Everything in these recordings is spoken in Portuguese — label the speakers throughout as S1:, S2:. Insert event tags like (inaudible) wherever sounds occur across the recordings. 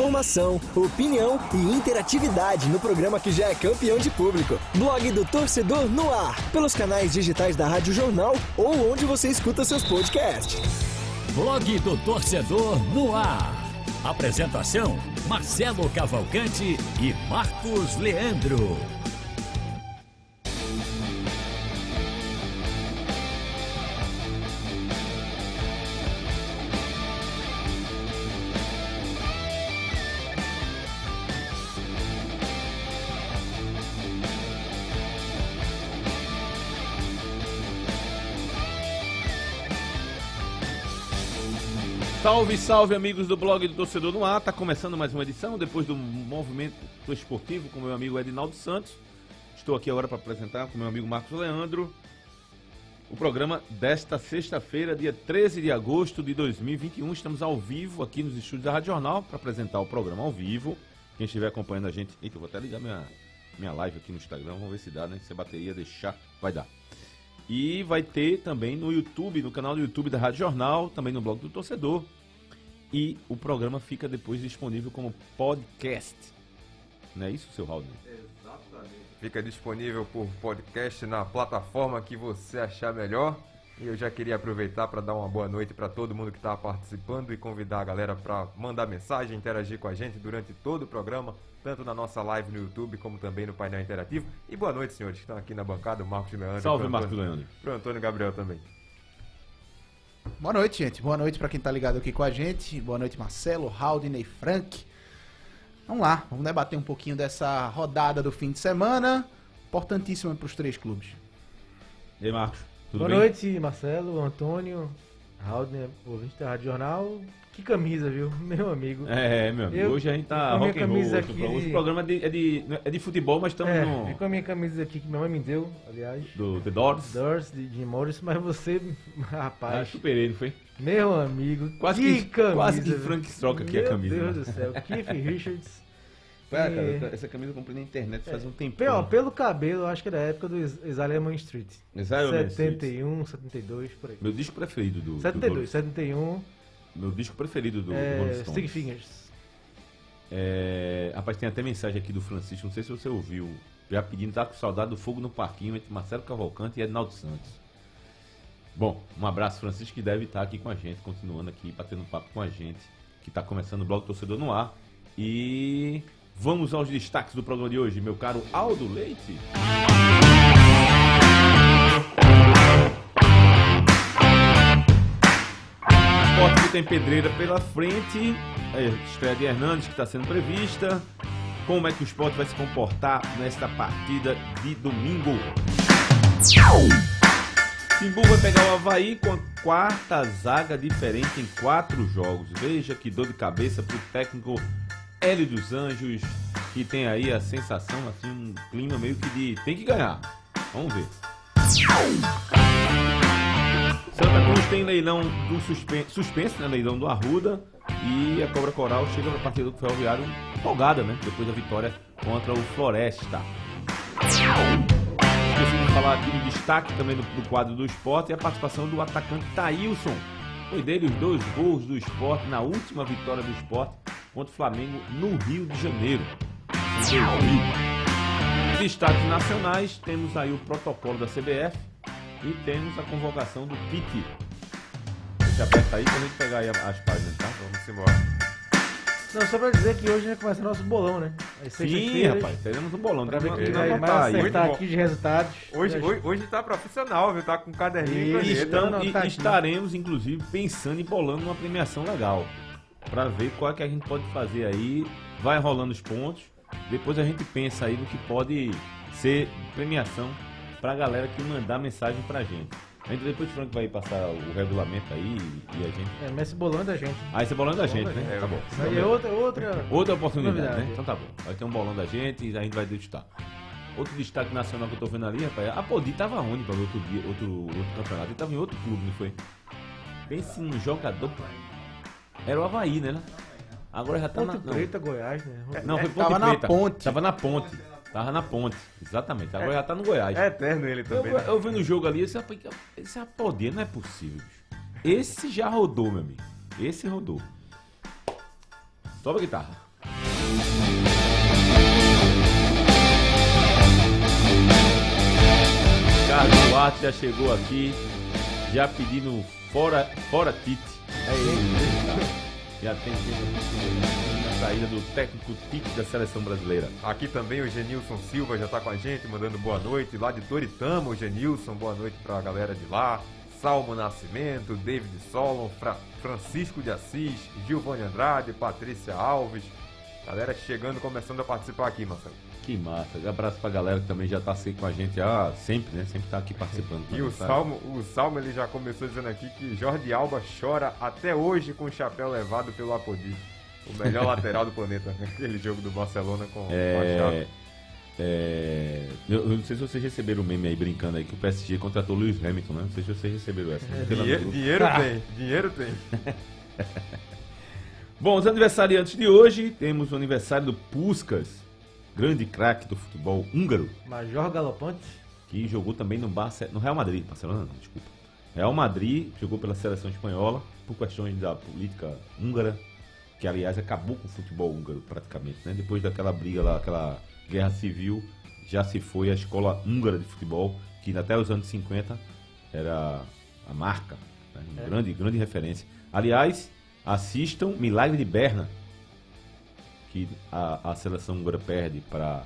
S1: Informação, opinião e interatividade no programa que já é campeão de público. Blog do Torcedor no ar, pelos canais digitais da Rádio Jornal ou onde você escuta seus podcasts.
S2: Blog do Torcedor no ar. Apresentação: Marcelo Cavalcante e Marcos Leandro.
S3: Salve, salve amigos do blog do Torcedor no Ar. Tá começando mais uma edição depois do movimento esportivo com meu amigo Edinaldo Santos. Estou aqui agora para apresentar com meu amigo Marcos Leandro o programa desta sexta-feira, dia 13 de agosto de 2021. Estamos ao vivo aqui nos estúdios da Rádio Jornal para apresentar o programa ao vivo. Quem estiver acompanhando a gente. Eita, eu vou até ligar minha, minha live aqui no Instagram. Vamos ver se dá, né? Se a bateria deixar, vai dar. E vai ter também no YouTube, no canal do YouTube da Rádio Jornal, também no blog do torcedor. E o programa fica depois disponível como podcast. Não é isso, seu Raul?
S4: Fica disponível por podcast na plataforma que você achar melhor. E eu já queria aproveitar para dar uma boa noite para todo mundo que está participando e convidar a galera para mandar mensagem, interagir com a gente durante todo o programa, tanto na nossa live no YouTube como também no painel interativo. E boa noite, senhores, que estão aqui na bancada, o Marcos Leandro.
S3: Salve,
S4: pro
S3: Marcos
S4: Antônio-
S3: Leandro.
S4: Pro Antônio Gabriel também.
S5: Boa noite, gente. Boa noite pra quem tá ligado aqui com a gente. Boa noite, Marcelo, Haldinei, Frank. Vamos lá, vamos debater um pouquinho dessa rodada do fim de semana, importantíssima pros três clubes.
S3: E aí, Marcos? Tudo
S6: Boa
S3: bem?
S6: noite, Marcelo, Antônio, Raul, né, ouvinte da Rádio Jornal. Que camisa, viu? (laughs) Meu amigo.
S3: É, meu amigo.
S6: Eu-
S3: hoje a gente tá
S6: com a minha
S3: rock and roll.
S6: camisa
S3: Hoje, o pro-
S6: aqui
S3: hoje o
S6: de-
S3: programa é de, é de, é de futebol, mas estamos
S6: É, é
S3: no.
S6: com a minha camisa aqui que minha mãe me deu, aliás.
S3: Do The Doors.
S6: Doors, de Jim Morris, mas você, (laughs)
S3: Ah,
S6: rapaz,
S3: superei, não foi?
S6: meu amigo,
S3: Quase
S6: que,
S3: que-
S6: camisa.
S3: quase que
S6: viu?
S3: Frank Stroca aqui a camisa,
S6: Meu
S3: né?
S6: Deus
S3: (laughs)
S6: do céu, Keith Richards.
S3: Pera,
S6: E-
S3: cara, eu tô- essa camisa eu comprei na internet faz um tempão.
S6: Pelo, pelo cabelo, eu acho que era a época do Is- Isaiah Main Street.
S3: Isaiah Main Street.
S6: 71, 72, por aí.
S3: Meu disco preferido do. do
S6: 72, 71,
S3: Doors. meu disco preferido do, do Rolling
S6: é,
S3: Stones.
S6: Stick Fingers.
S3: É, rapaz, tem até mensagem aqui do Francisco, não sei se você ouviu. Já pedindo, tá com saudade do fogo no parquinho entre Marcelo Cavalcante e Ednaldo Santos. Bom, um abraço, Francisco, que deve estar aqui com a gente, continuando aqui, batendo um papo com a gente, que está começando o Blog Torcedor no Ar. E vamos aos destaques do programa de hoje, meu caro Aldo Leite. Esporte que tem pedreira pela frente. A estreia de Hernandes que está sendo prevista. Como é que o esporte vai se comportar nesta partida de domingo? Timbu vai pegar o Havaí com a quarta zaga diferente em quatro jogos. Veja que dor de cabeça pro técnico Hélio dos Anjos, que tem aí a sensação, assim, um clima meio que de tem que ganhar. Vamos ver. Santa Cruz tem leilão do suspenso, suspenso, né? Leilão do Arruda. E a Cobra Coral chega na partida do Ferroviário empolgada, né? Depois da vitória contra o Floresta. Esqueci de falar aqui do destaque também do, do quadro do esporte e a participação do atacante Thailson. Foi dele os dois gols do esporte na última vitória do esporte contra o Flamengo no Rio de Janeiro. Em 2000. Destaques nacionais, temos aí o protocolo da CBF e temos a convocação do Pique. Deixa aberto aí pra gente pegar aí as páginas, tá?
S4: Vamos embora.
S6: Não, só pra dizer que hoje né, começa nosso bolão, né? Às
S3: Sim,
S6: sextas-feiras,
S3: rapaz, teremos um bolão.
S6: Pra ver
S3: Tem que
S6: quem
S4: Vai,
S6: vai,
S3: anotar
S4: tá
S6: vai
S3: aí.
S6: acertar
S4: Muito bom.
S6: aqui os resultados. É,
S4: Hoje,
S6: das-
S4: hoje, hoje tá profissional, viu? Tá com caderninho e
S3: E,
S4: caneta.
S3: estamos-
S6: não,
S3: e
S6: tá aqui.
S3: estaremos, inclusive, pensando e bolando uma premiação legal. Pra ver qual é que a gente pode fazer aí. Vai rolando os pontos. Depois a gente pensa aí no que pode ser premiação pra galera que mandar mensagem pra gente. A gente depois o Frank vai passar o regulamento aí e a gente.
S6: É, mas esse bolão é da gente.
S3: Aí você bolando a gente,
S6: da
S3: né?
S4: gente.
S3: Tá bom.
S6: Aí é outra, outra.
S3: Outra oportunidade,
S6: Novidade.
S3: né? Então tá bom. Vai ter um bolão da gente e a gente vai degustar. Outro destaque nacional que eu tô vendo ali, rapaz, a Podi tava onde, pra ver outro dia, outro, outro campeonato? Ele tava em outro clube, não foi? Pense num jogador. Era o Havaí, né? né? Agora já tá
S6: Ponte
S3: na. Não, É,
S6: Preta, Goiás, né?
S3: não foi Ponte
S5: Tava na
S3: Preta.
S5: ponte.
S3: Tava na ponte. Tava na ponte, exatamente. Agora já tá no Goiás.
S4: É eterno ele
S3: Eu,
S4: também. né?
S3: eu vendo o jogo ali, esse, rapaz- esse Apodi não é possível, bicho. Esse já rodou, meu amigo. Esse rodou. Sobe a guitarra. Carlos Duarte já chegou aqui, já pedindo fora, fora Tite. É ele. Já tem tem a saída do técnico Tite da seleção brasileira.
S4: Aqui também o Genilson Silva já tá com a gente, mandando boa noite. Lá de Toritama, o Genilson, boa noite pra galera de lá. Salmo Nascimento, David Solon, Fra- Francisco de Assis, Giovanni Andrade, Patrícia Alves. Galera chegando, começando a participar aqui, Marcelo.
S3: Que massa. Um Abraço pra galera que também já tá sempre com a gente. Ah, sempre, né? Sempre tá aqui participando.
S4: E o
S3: Sabe?
S4: Salmo, o Salmo ele já começou dizendo aqui que Jorge Alba chora até hoje com o chapéu levado pelo Apodi. O melhor lateral do planeta. né? Aquele jogo do Barcelona com, com a
S3: É,
S4: chave.
S3: é, eu, eu não sei se vocês receberam o meme aí brincando aí que o PSG contratou o Lewis Hamilton, né? Não sei se vocês receberam essa. né? Pela
S4: Dinhe-
S3: Globo.
S4: dinheiro tem, dinheiro tem.
S3: Bom, os aniversariantes de hoje temos o aniversário do Puskas, grande craque do futebol húngaro,
S6: Major Galopante.
S3: que jogou também no, Barce no Real Madrid, Barcelona não, desculpa. Real Madrid jogou pela seleção espanhola por questões da política húngara, que aliás acabou com o futebol húngaro praticamente, né? Depois daquela briga lá, aquela guerra civil, já se foi a escola húngara de futebol, que até os anos 50 era a marca, né? Uma
S6: É.
S3: grande, grande referência. Aliás, assistam Milagre de Berna, que a, a seleção húngara perde para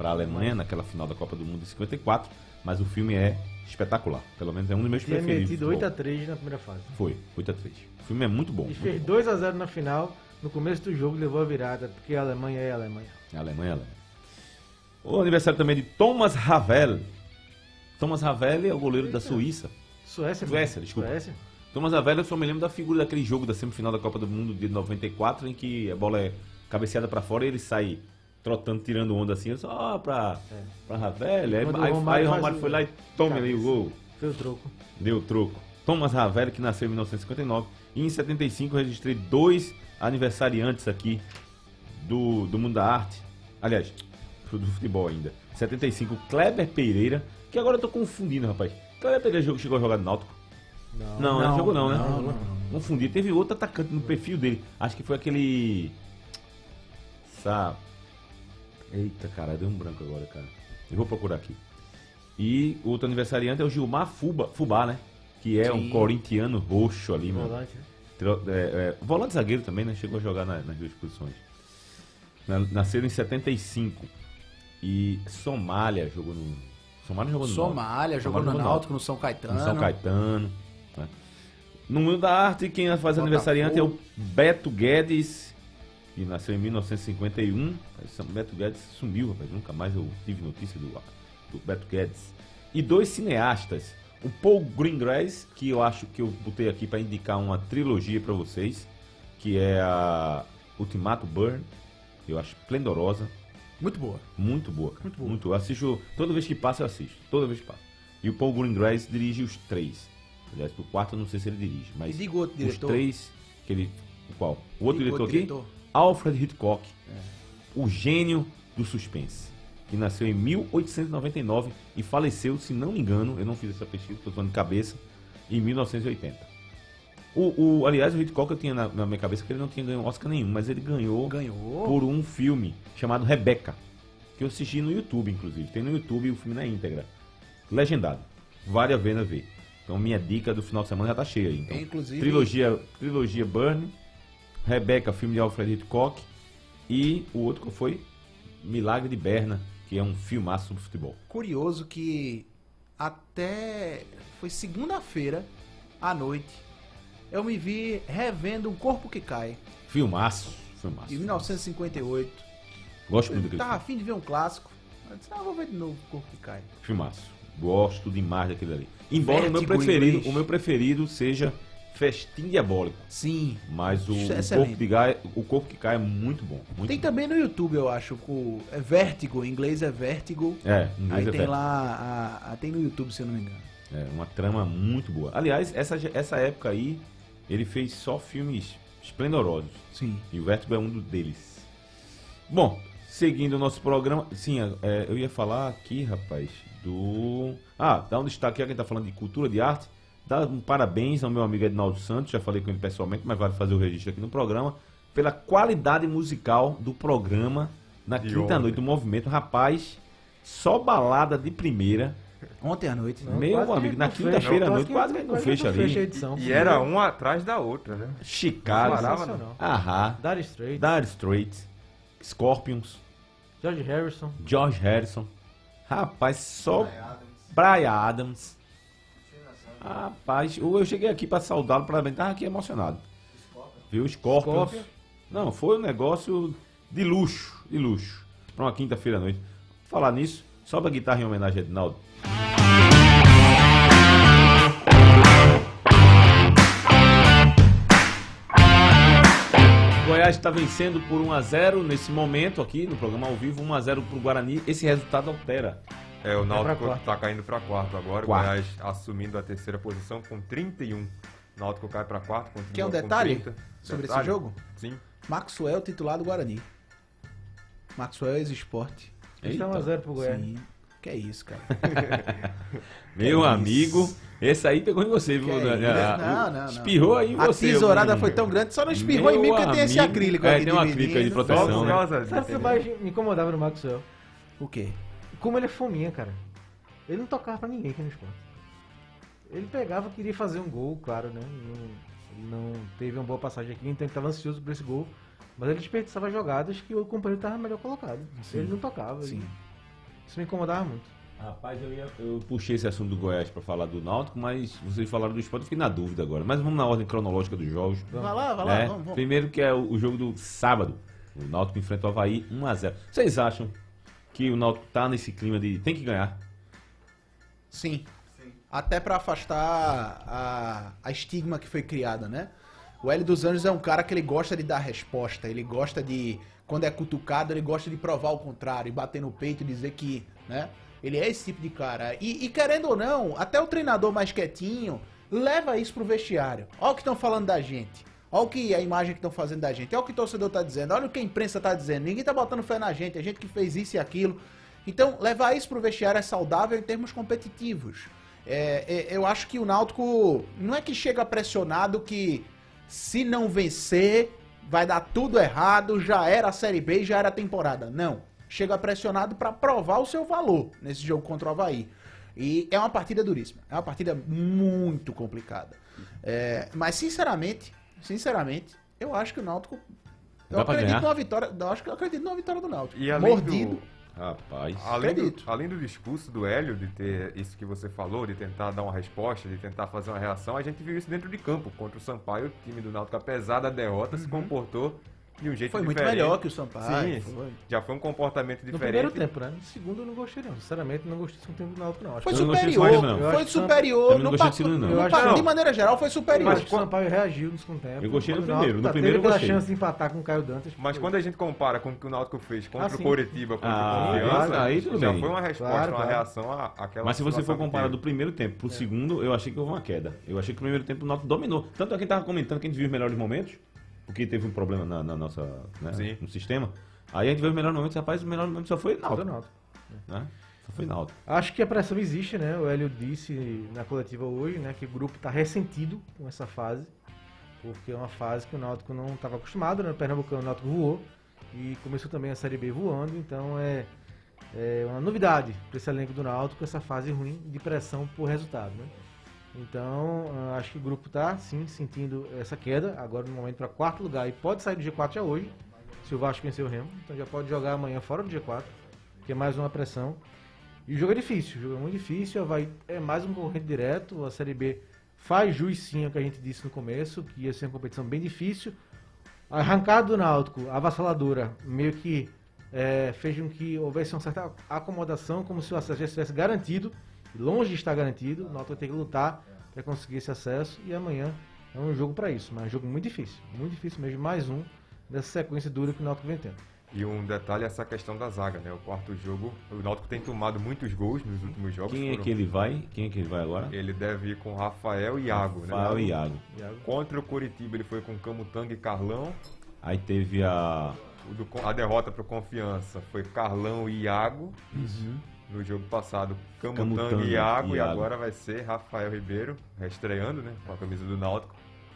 S3: a Alemanha naquela final da Copa do Mundo em 54, mas o filme é espetacular. Pelo menos é um dos meus
S6: Tinha
S3: preferidos.
S6: metido
S3: Bom,
S6: 8x3 na primeira fase.
S3: Foi, 8x3. O filme é muito bom.
S6: E
S3: muito
S6: fez
S3: bom.
S6: 2x0 na final. No começo do jogo levou a virada, porque a Alemanha é a Alemanha.
S3: A Alemanha, a Alemanha. O aniversário também de Thomas Ravel. Thomas Ravel é o goleiro da Suíça.
S6: Suécia.
S3: Suécia,
S6: mano.
S3: desculpa.
S6: Suécia.
S3: Thomas Ravel, eu só me lembro da figura daquele jogo da semifinal da Copa do Mundo de 94, em que a bola é cabeceada pra fora e ele sai trotando, tirando onda assim, só pra, pra Ravel. Aí,
S6: É. Quando o
S3: aí- aí o
S6: Romário faz
S3: Romário
S6: o-
S3: foi lá e toma ali o
S6: cabeça.
S3: gol.
S6: Foi o troco.
S3: Deu troco. Thomas Ravel, que nasceu em 1959. E em 75 eu registrei dois aniversariantes aqui do, do mundo da arte. Aliás, do do futebol ainda. 75, Kleber Pereira, que agora eu tô confundindo, rapaz. Kleber Pereira jogou- chegou a jogar no Náutico? Não, não, não jogou não, né? Confundi. Teve outro atacante no perfil dele. Acho que foi aquele... Sa... Eita, cara, deu um branco agora, cara. Eu vou procurar aqui. E o outro aniversariante é o Gilmar Fuba, Fubá, né? Que é um corintiano roxo ali, mano.
S6: Volante. né?
S3: Tro- é, é, volante zagueiro também, né? Chegou a jogar na- nas duas posições. Na, nasceram em 75. E Somália jogou no. Somália jogou no.
S5: Somália, jogou no
S3: jogou no
S5: Náutico, no São Caetano.
S3: Náutico, no São Caetano. né? No mundo da arte, quem faz aniversariante é o Beto Guedes, que nasceu em 1951. Esse Beto Guedes sumiu, rapaz. Nunca mais eu tive notícia do, do Beto Guedes. E dois cineastas. O Paul Greengrass, que eu acho que eu botei aqui para indicar uma trilogia para vocês, que é a Ultimato Burn, que eu acho esplendorosa.
S5: Muito boa.
S3: Muito boa, cara. Muito boa. Eu assisto, toda vez que passa, eu assisto. Toda vez que passa. E o Paul Greengrass dirige os três. Aliás, pro quarto eu não sei se ele dirige, mas
S5: E diga outro diretor.
S3: os três que ele... o Qual? O outro
S5: Diga
S3: diretor
S5: outro
S3: aqui?
S5: diretor. É.
S3: Alfred Hitchcock. O gênio do suspense. Que nasceu em 1899 e faleceu, se não me engano, eu não fiz essa pesquisa, estou falando de cabeça, em 1980. O, o- aliás, o Hitchcock eu tinha na, na minha cabeça que ele não tinha ganho Oscar nenhum, mas ele ganhou
S5: Ganhou.
S3: por um filme chamado Rebeca, que eu assisti no YouTube, inclusive. Tem no YouTube o filme na íntegra. Legendado. Vale a pena ver. Então minha dica do final de semana já tá cheia aí. Então.
S5: É, inclusive-
S3: Trilogia, trilogia Burn, Rebeca, filme de Alfred Hitchcock, e o outro que foi Milagre de Berna, que é um filmaço sobre futebol.
S5: Curioso que até foi segunda-feira à noite eu me vi revendo Um Corpo que Cai,
S3: Filmaço, filmaço.
S5: de 1958.
S3: Gosto muito
S5: Eu
S3: daquele
S5: tava
S3: filme.
S5: afim de ver um clássico. Eu disse, ah, vou ver de novo O Corpo que Cai.
S3: Filmaço. Gosto demais daquele ali. Embora o meu
S5: Vértigo
S3: preferido,
S5: inglês.
S3: o meu preferido seja Festim Diabólico.
S5: Sim.
S3: Mas o, o
S5: é Excelente.
S3: corpo de gai- o corpo que cai é muito bom. Muito
S5: Tem
S3: bom.
S5: também no YouTube, eu acho, com é Vértigo, em inglês é Vértigo.
S3: É, em
S5: Aí
S3: inglês é
S5: tem
S3: Vértigo.
S5: lá, a- a- tem no YouTube, se eu não me engano.
S3: É, uma trama muito boa. Aliás, essa, ge- essa época aí, ele fez só filmes esplendorosos.
S5: Sim.
S3: E o Vertigo é um do- deles. Bom, seguindo o nosso programa. Sim, é, eu ia falar aqui, rapaz, do. Ah, dá um destaque aqui, quem tá falando de cultura, de arte. Dá um parabéns ao meu amigo Edinaldo Santos, já falei com ele pessoalmente, mas vai fazer o registro aqui no programa. pela qualidade musical do programa na
S4: De
S3: quinta
S4: ontem.
S3: noite do movimento. Rapaz, só balada de primeira.
S5: Ontem à noite, né?
S3: Meu
S6: Quase que
S3: amigo,
S6: não
S3: na
S6: fecha,
S3: quinta-feira à
S6: quase
S3: noite,
S6: que-
S3: quase que não
S6: quase
S3: fecha ali.
S6: a edição.
S4: E era uma atrás da outra, né?
S3: Chicago,
S4: Parava,
S6: Sensacional.
S3: Ahá,
S6: Dire Straits,
S3: Dire Straits, Scorpions,
S6: George Harrison,
S3: George Harrison. Rapaz, só Brian Adams. Rapaz, eu eu cheguei aqui pra saudá-lo, pra mim, tava aqui emocionado. Viu? Scorpions.
S6: Scorpion.
S3: Não, foi um negócio de luxo, de luxo. Pra uma quinta-feira à noite. Falar nisso, sobe a guitarra em homenagem a Edinaldo. Goiás está vencendo por 1 a 0 nesse momento aqui no programa ao vivo, 1 a 0 pro Guarani. Esse resultado altera.
S4: É, o Náutico
S6: quarto.
S4: tá caindo pra quarto agora,
S3: Quarto.
S4: o Goiás assumindo a terceira posição com 31. O Náutico cai pra quarto, continua
S5: Quer um
S4: com
S5: detalhe
S4: 30.
S5: sobre
S4: Detalhe?
S5: esse jogo?
S4: Sim.
S5: Maxwell titular do Guarani. Maxwell ex-esporte.
S6: está
S3: Eita.
S6: 1x0 pro Goiás.
S5: Sim. Que é isso, cara.
S3: Meu
S5: Que
S3: amigo,
S5: isso.
S3: esse aí pegou em você, viu?
S5: Que é
S3: Daniel?
S5: isso?
S3: Ah,
S5: Não, não, não.
S3: Espirrou aí em
S5: A
S3: você.
S5: tesourada
S3: meu
S5: foi tão grande, só não espirrou em mim
S3: Meu
S5: porque tem esse
S3: amigo.
S5: acrílico
S3: É,
S5: aqui
S3: tem um acrílico
S5: dividindo.
S3: aí de
S4: Só
S3: proteção.
S4: por
S3: né?
S4: causa
S6: Sabe o que
S4: disso,
S6: mais
S4: né?
S6: me incomodava no Maxwell?
S5: O quê?
S6: Como ele é fominha, cara. Ele não tocava pra ninguém aqui no esporte. Ele pegava, queria fazer um gol, claro, né? Não, ele não teve uma boa passagem aqui, então ele tava ansioso por esse gol. Mas ele desperdiçava jogadas que o companheiro tava melhor colocado. Ele não tocava.
S5: Sim.
S6: e Isso me incomodava muito.
S3: Rapaz, eu, ia- eu puxei esse assunto do Goiás pra falar do Náutico, mas vocês falaram do esporte, eu fiquei na dúvida agora. Mas vamos na ordem cronológica dos jogos.
S5: Vai lá, vai lá,
S3: né?
S5: vamos, vamos.
S3: Primeiro que é o, o jogo do sábado. O Náutico enfrenta o Havaí 1x0. Vocês acham que o Náutico tá nesse clima de tem que ganhar?
S5: Sim. Até pra afastar a, a estigma que foi criada, né? O Hélio dos Anjos é um cara que ele gosta de dar resposta, ele gosta de, quando é cutucado, ele gosta de provar o contrário, e bater no peito e dizer que, né? Ele é esse tipo de cara. E, e querendo ou não, até o treinador mais quietinho leva isso pro vestiário. Olha o que estão falando da gente. Olha o que a imagem que estão fazendo da gente. Olha o que o torcedor tá dizendo. Olha o que a imprensa tá dizendo. Ninguém tá botando fé na gente. A gente que fez isso e aquilo. Então, levar isso pro vestiário é saudável em termos competitivos. É, é, eu acho que o Náutico não é que chega pressionado que se não vencer, vai dar tudo errado, já era a Série B, já era a temporada. Não. Chega pressionado pra provar o seu valor nesse jogo contra o Havaí. E é uma partida duríssima. É uma partida muito complicada. É, mas, sinceramente, sinceramente, eu acho que o Náutico. Eu
S3: Dá pra
S5: acredito,
S3: ganhar?
S5: numa vitória, eu acho que eu acredito numa vitória do Náutico.
S4: E além
S5: Mordido.
S4: do...
S3: Rapaz.
S4: Além do,
S5: Acredito.
S4: além do discurso do Hélio, de ter isso que você falou, de tentar dar uma resposta, de tentar fazer uma reação, a gente viu isso dentro de campo. Contra o Sampaio, o time do Náutico, apesar da derrota, se comportou de um jeito
S5: Uhum. Foi muito
S4: diferente.
S5: melhor que o Sampaio.
S4: Sim,
S5: foi.
S4: Já foi um comportamento
S6: No
S4: diferente.
S6: primeiro tempo, né? No segundo eu não gostei não. Sinceramente, não gostei do segundo tempo do Náutico não. Acho
S5: Foi
S3: Eu
S6: que
S3: não gostei do
S5: superior.
S3: Sampaio,
S6: não. Eu
S5: Foi
S6: acho que-
S5: superior.
S3: também não
S5: No
S3: gostei
S5: pa-
S3: do segundo, não.
S5: no
S6: Eu acho
S5: pa-
S6: que não.
S5: De maneira geral, foi
S6: eu
S5: superior.
S6: acho que o Sampaio reagiu no segundo tempo.
S3: é Eu gostei do
S6: O
S3: primeiro. No primeiro
S6: Náutico teve
S3: eu
S6: aquela
S3: gostei.
S6: chance de empatar com o Caio Dantas.
S4: Mas quando a gente compara com o que o Náutico fez contra
S6: Ah,
S4: o
S6: sim.
S4: Coritiba, contra
S3: Ah,
S4: o Confiança,
S3: claro, aí tudo
S4: já
S3: bem.
S4: foi uma resposta,
S6: Claro,
S4: uma
S6: claro.
S4: reação à, àquela
S3: Mas se você
S4: situação
S3: for
S4: que
S3: comparar do
S4: teve.
S3: primeiro tempo pro segundo, eu achei que houve uma queda. Eu achei que o primeiro tempo o Náutico dominou. Tanto é que tava comentando que a gente viu os melhores momentos, porque teve um problema na, na nossa, né,
S4: Sim.
S3: no sistema. Aí a gente viu os melhores momentos, rapaz, o melhor momento só foi
S6: Do
S3: é Náutico,
S6: Náutico.
S3: né? Só foi Náutico.
S6: Acho que a pressão existe, né? O Hélio disse na coletiva hoje, né, que o grupo está ressentido com essa fase, porque é uma fase que o Náutico não estava acostumado, né? No Pernambucano o Náutico voou e começou também a Série B voando, então é, é uma novidade para esse elenco do Náutico essa fase ruim de pressão por resultado, né? Então, ah, acho que o grupo está sim sentindo essa queda, agora no momento para quarto lugar e pode sair do G4 já hoje, se o Vasco vencer o Remo, então já pode jogar amanhã fora do G4, que é mais uma pressão. E o jogo é difícil, o jogo é muito difícil, vai, é mais um concorrente direto, a Série B faz jus sim ao que a gente disse no começo, que ia ser uma competição bem difícil. A arrancada do Náutico, avassaladora, meio que é, fez com que houvesse uma certa acomodação, como se o acesso já estivesse garantido, e longe de estar garantido, o Náutico vai ter que lutar para conseguir esse acesso, e amanhã é um jogo para isso, mas é um jogo muito difícil, muito difícil mesmo, mais um dessa sequência dura que o Náutico vem tendo.
S4: E um detalhe é essa questão da zaga, né? O quarto jogo, o Náutico tem tomado muitos gols nos últimos jogos.
S3: Quem é
S4: foram-
S3: que ele vai? Quem é que ele vai agora?
S4: Ele deve ir com Rafael e Iago, né?
S3: Rafael e Iago.
S6: Iago?
S4: Contra o Coritiba ele foi com Camutanga e Carlão.
S3: Aí teve a...
S4: O do Con- a derrota pro Confiança foi Carlão e Iago. No jogo passado, Camutanga,
S3: Camutanga
S4: e Iago, E
S3: Iago.
S4: agora vai ser Rafael Ribeiro, reestreando, né? Com a camisa do Náutico.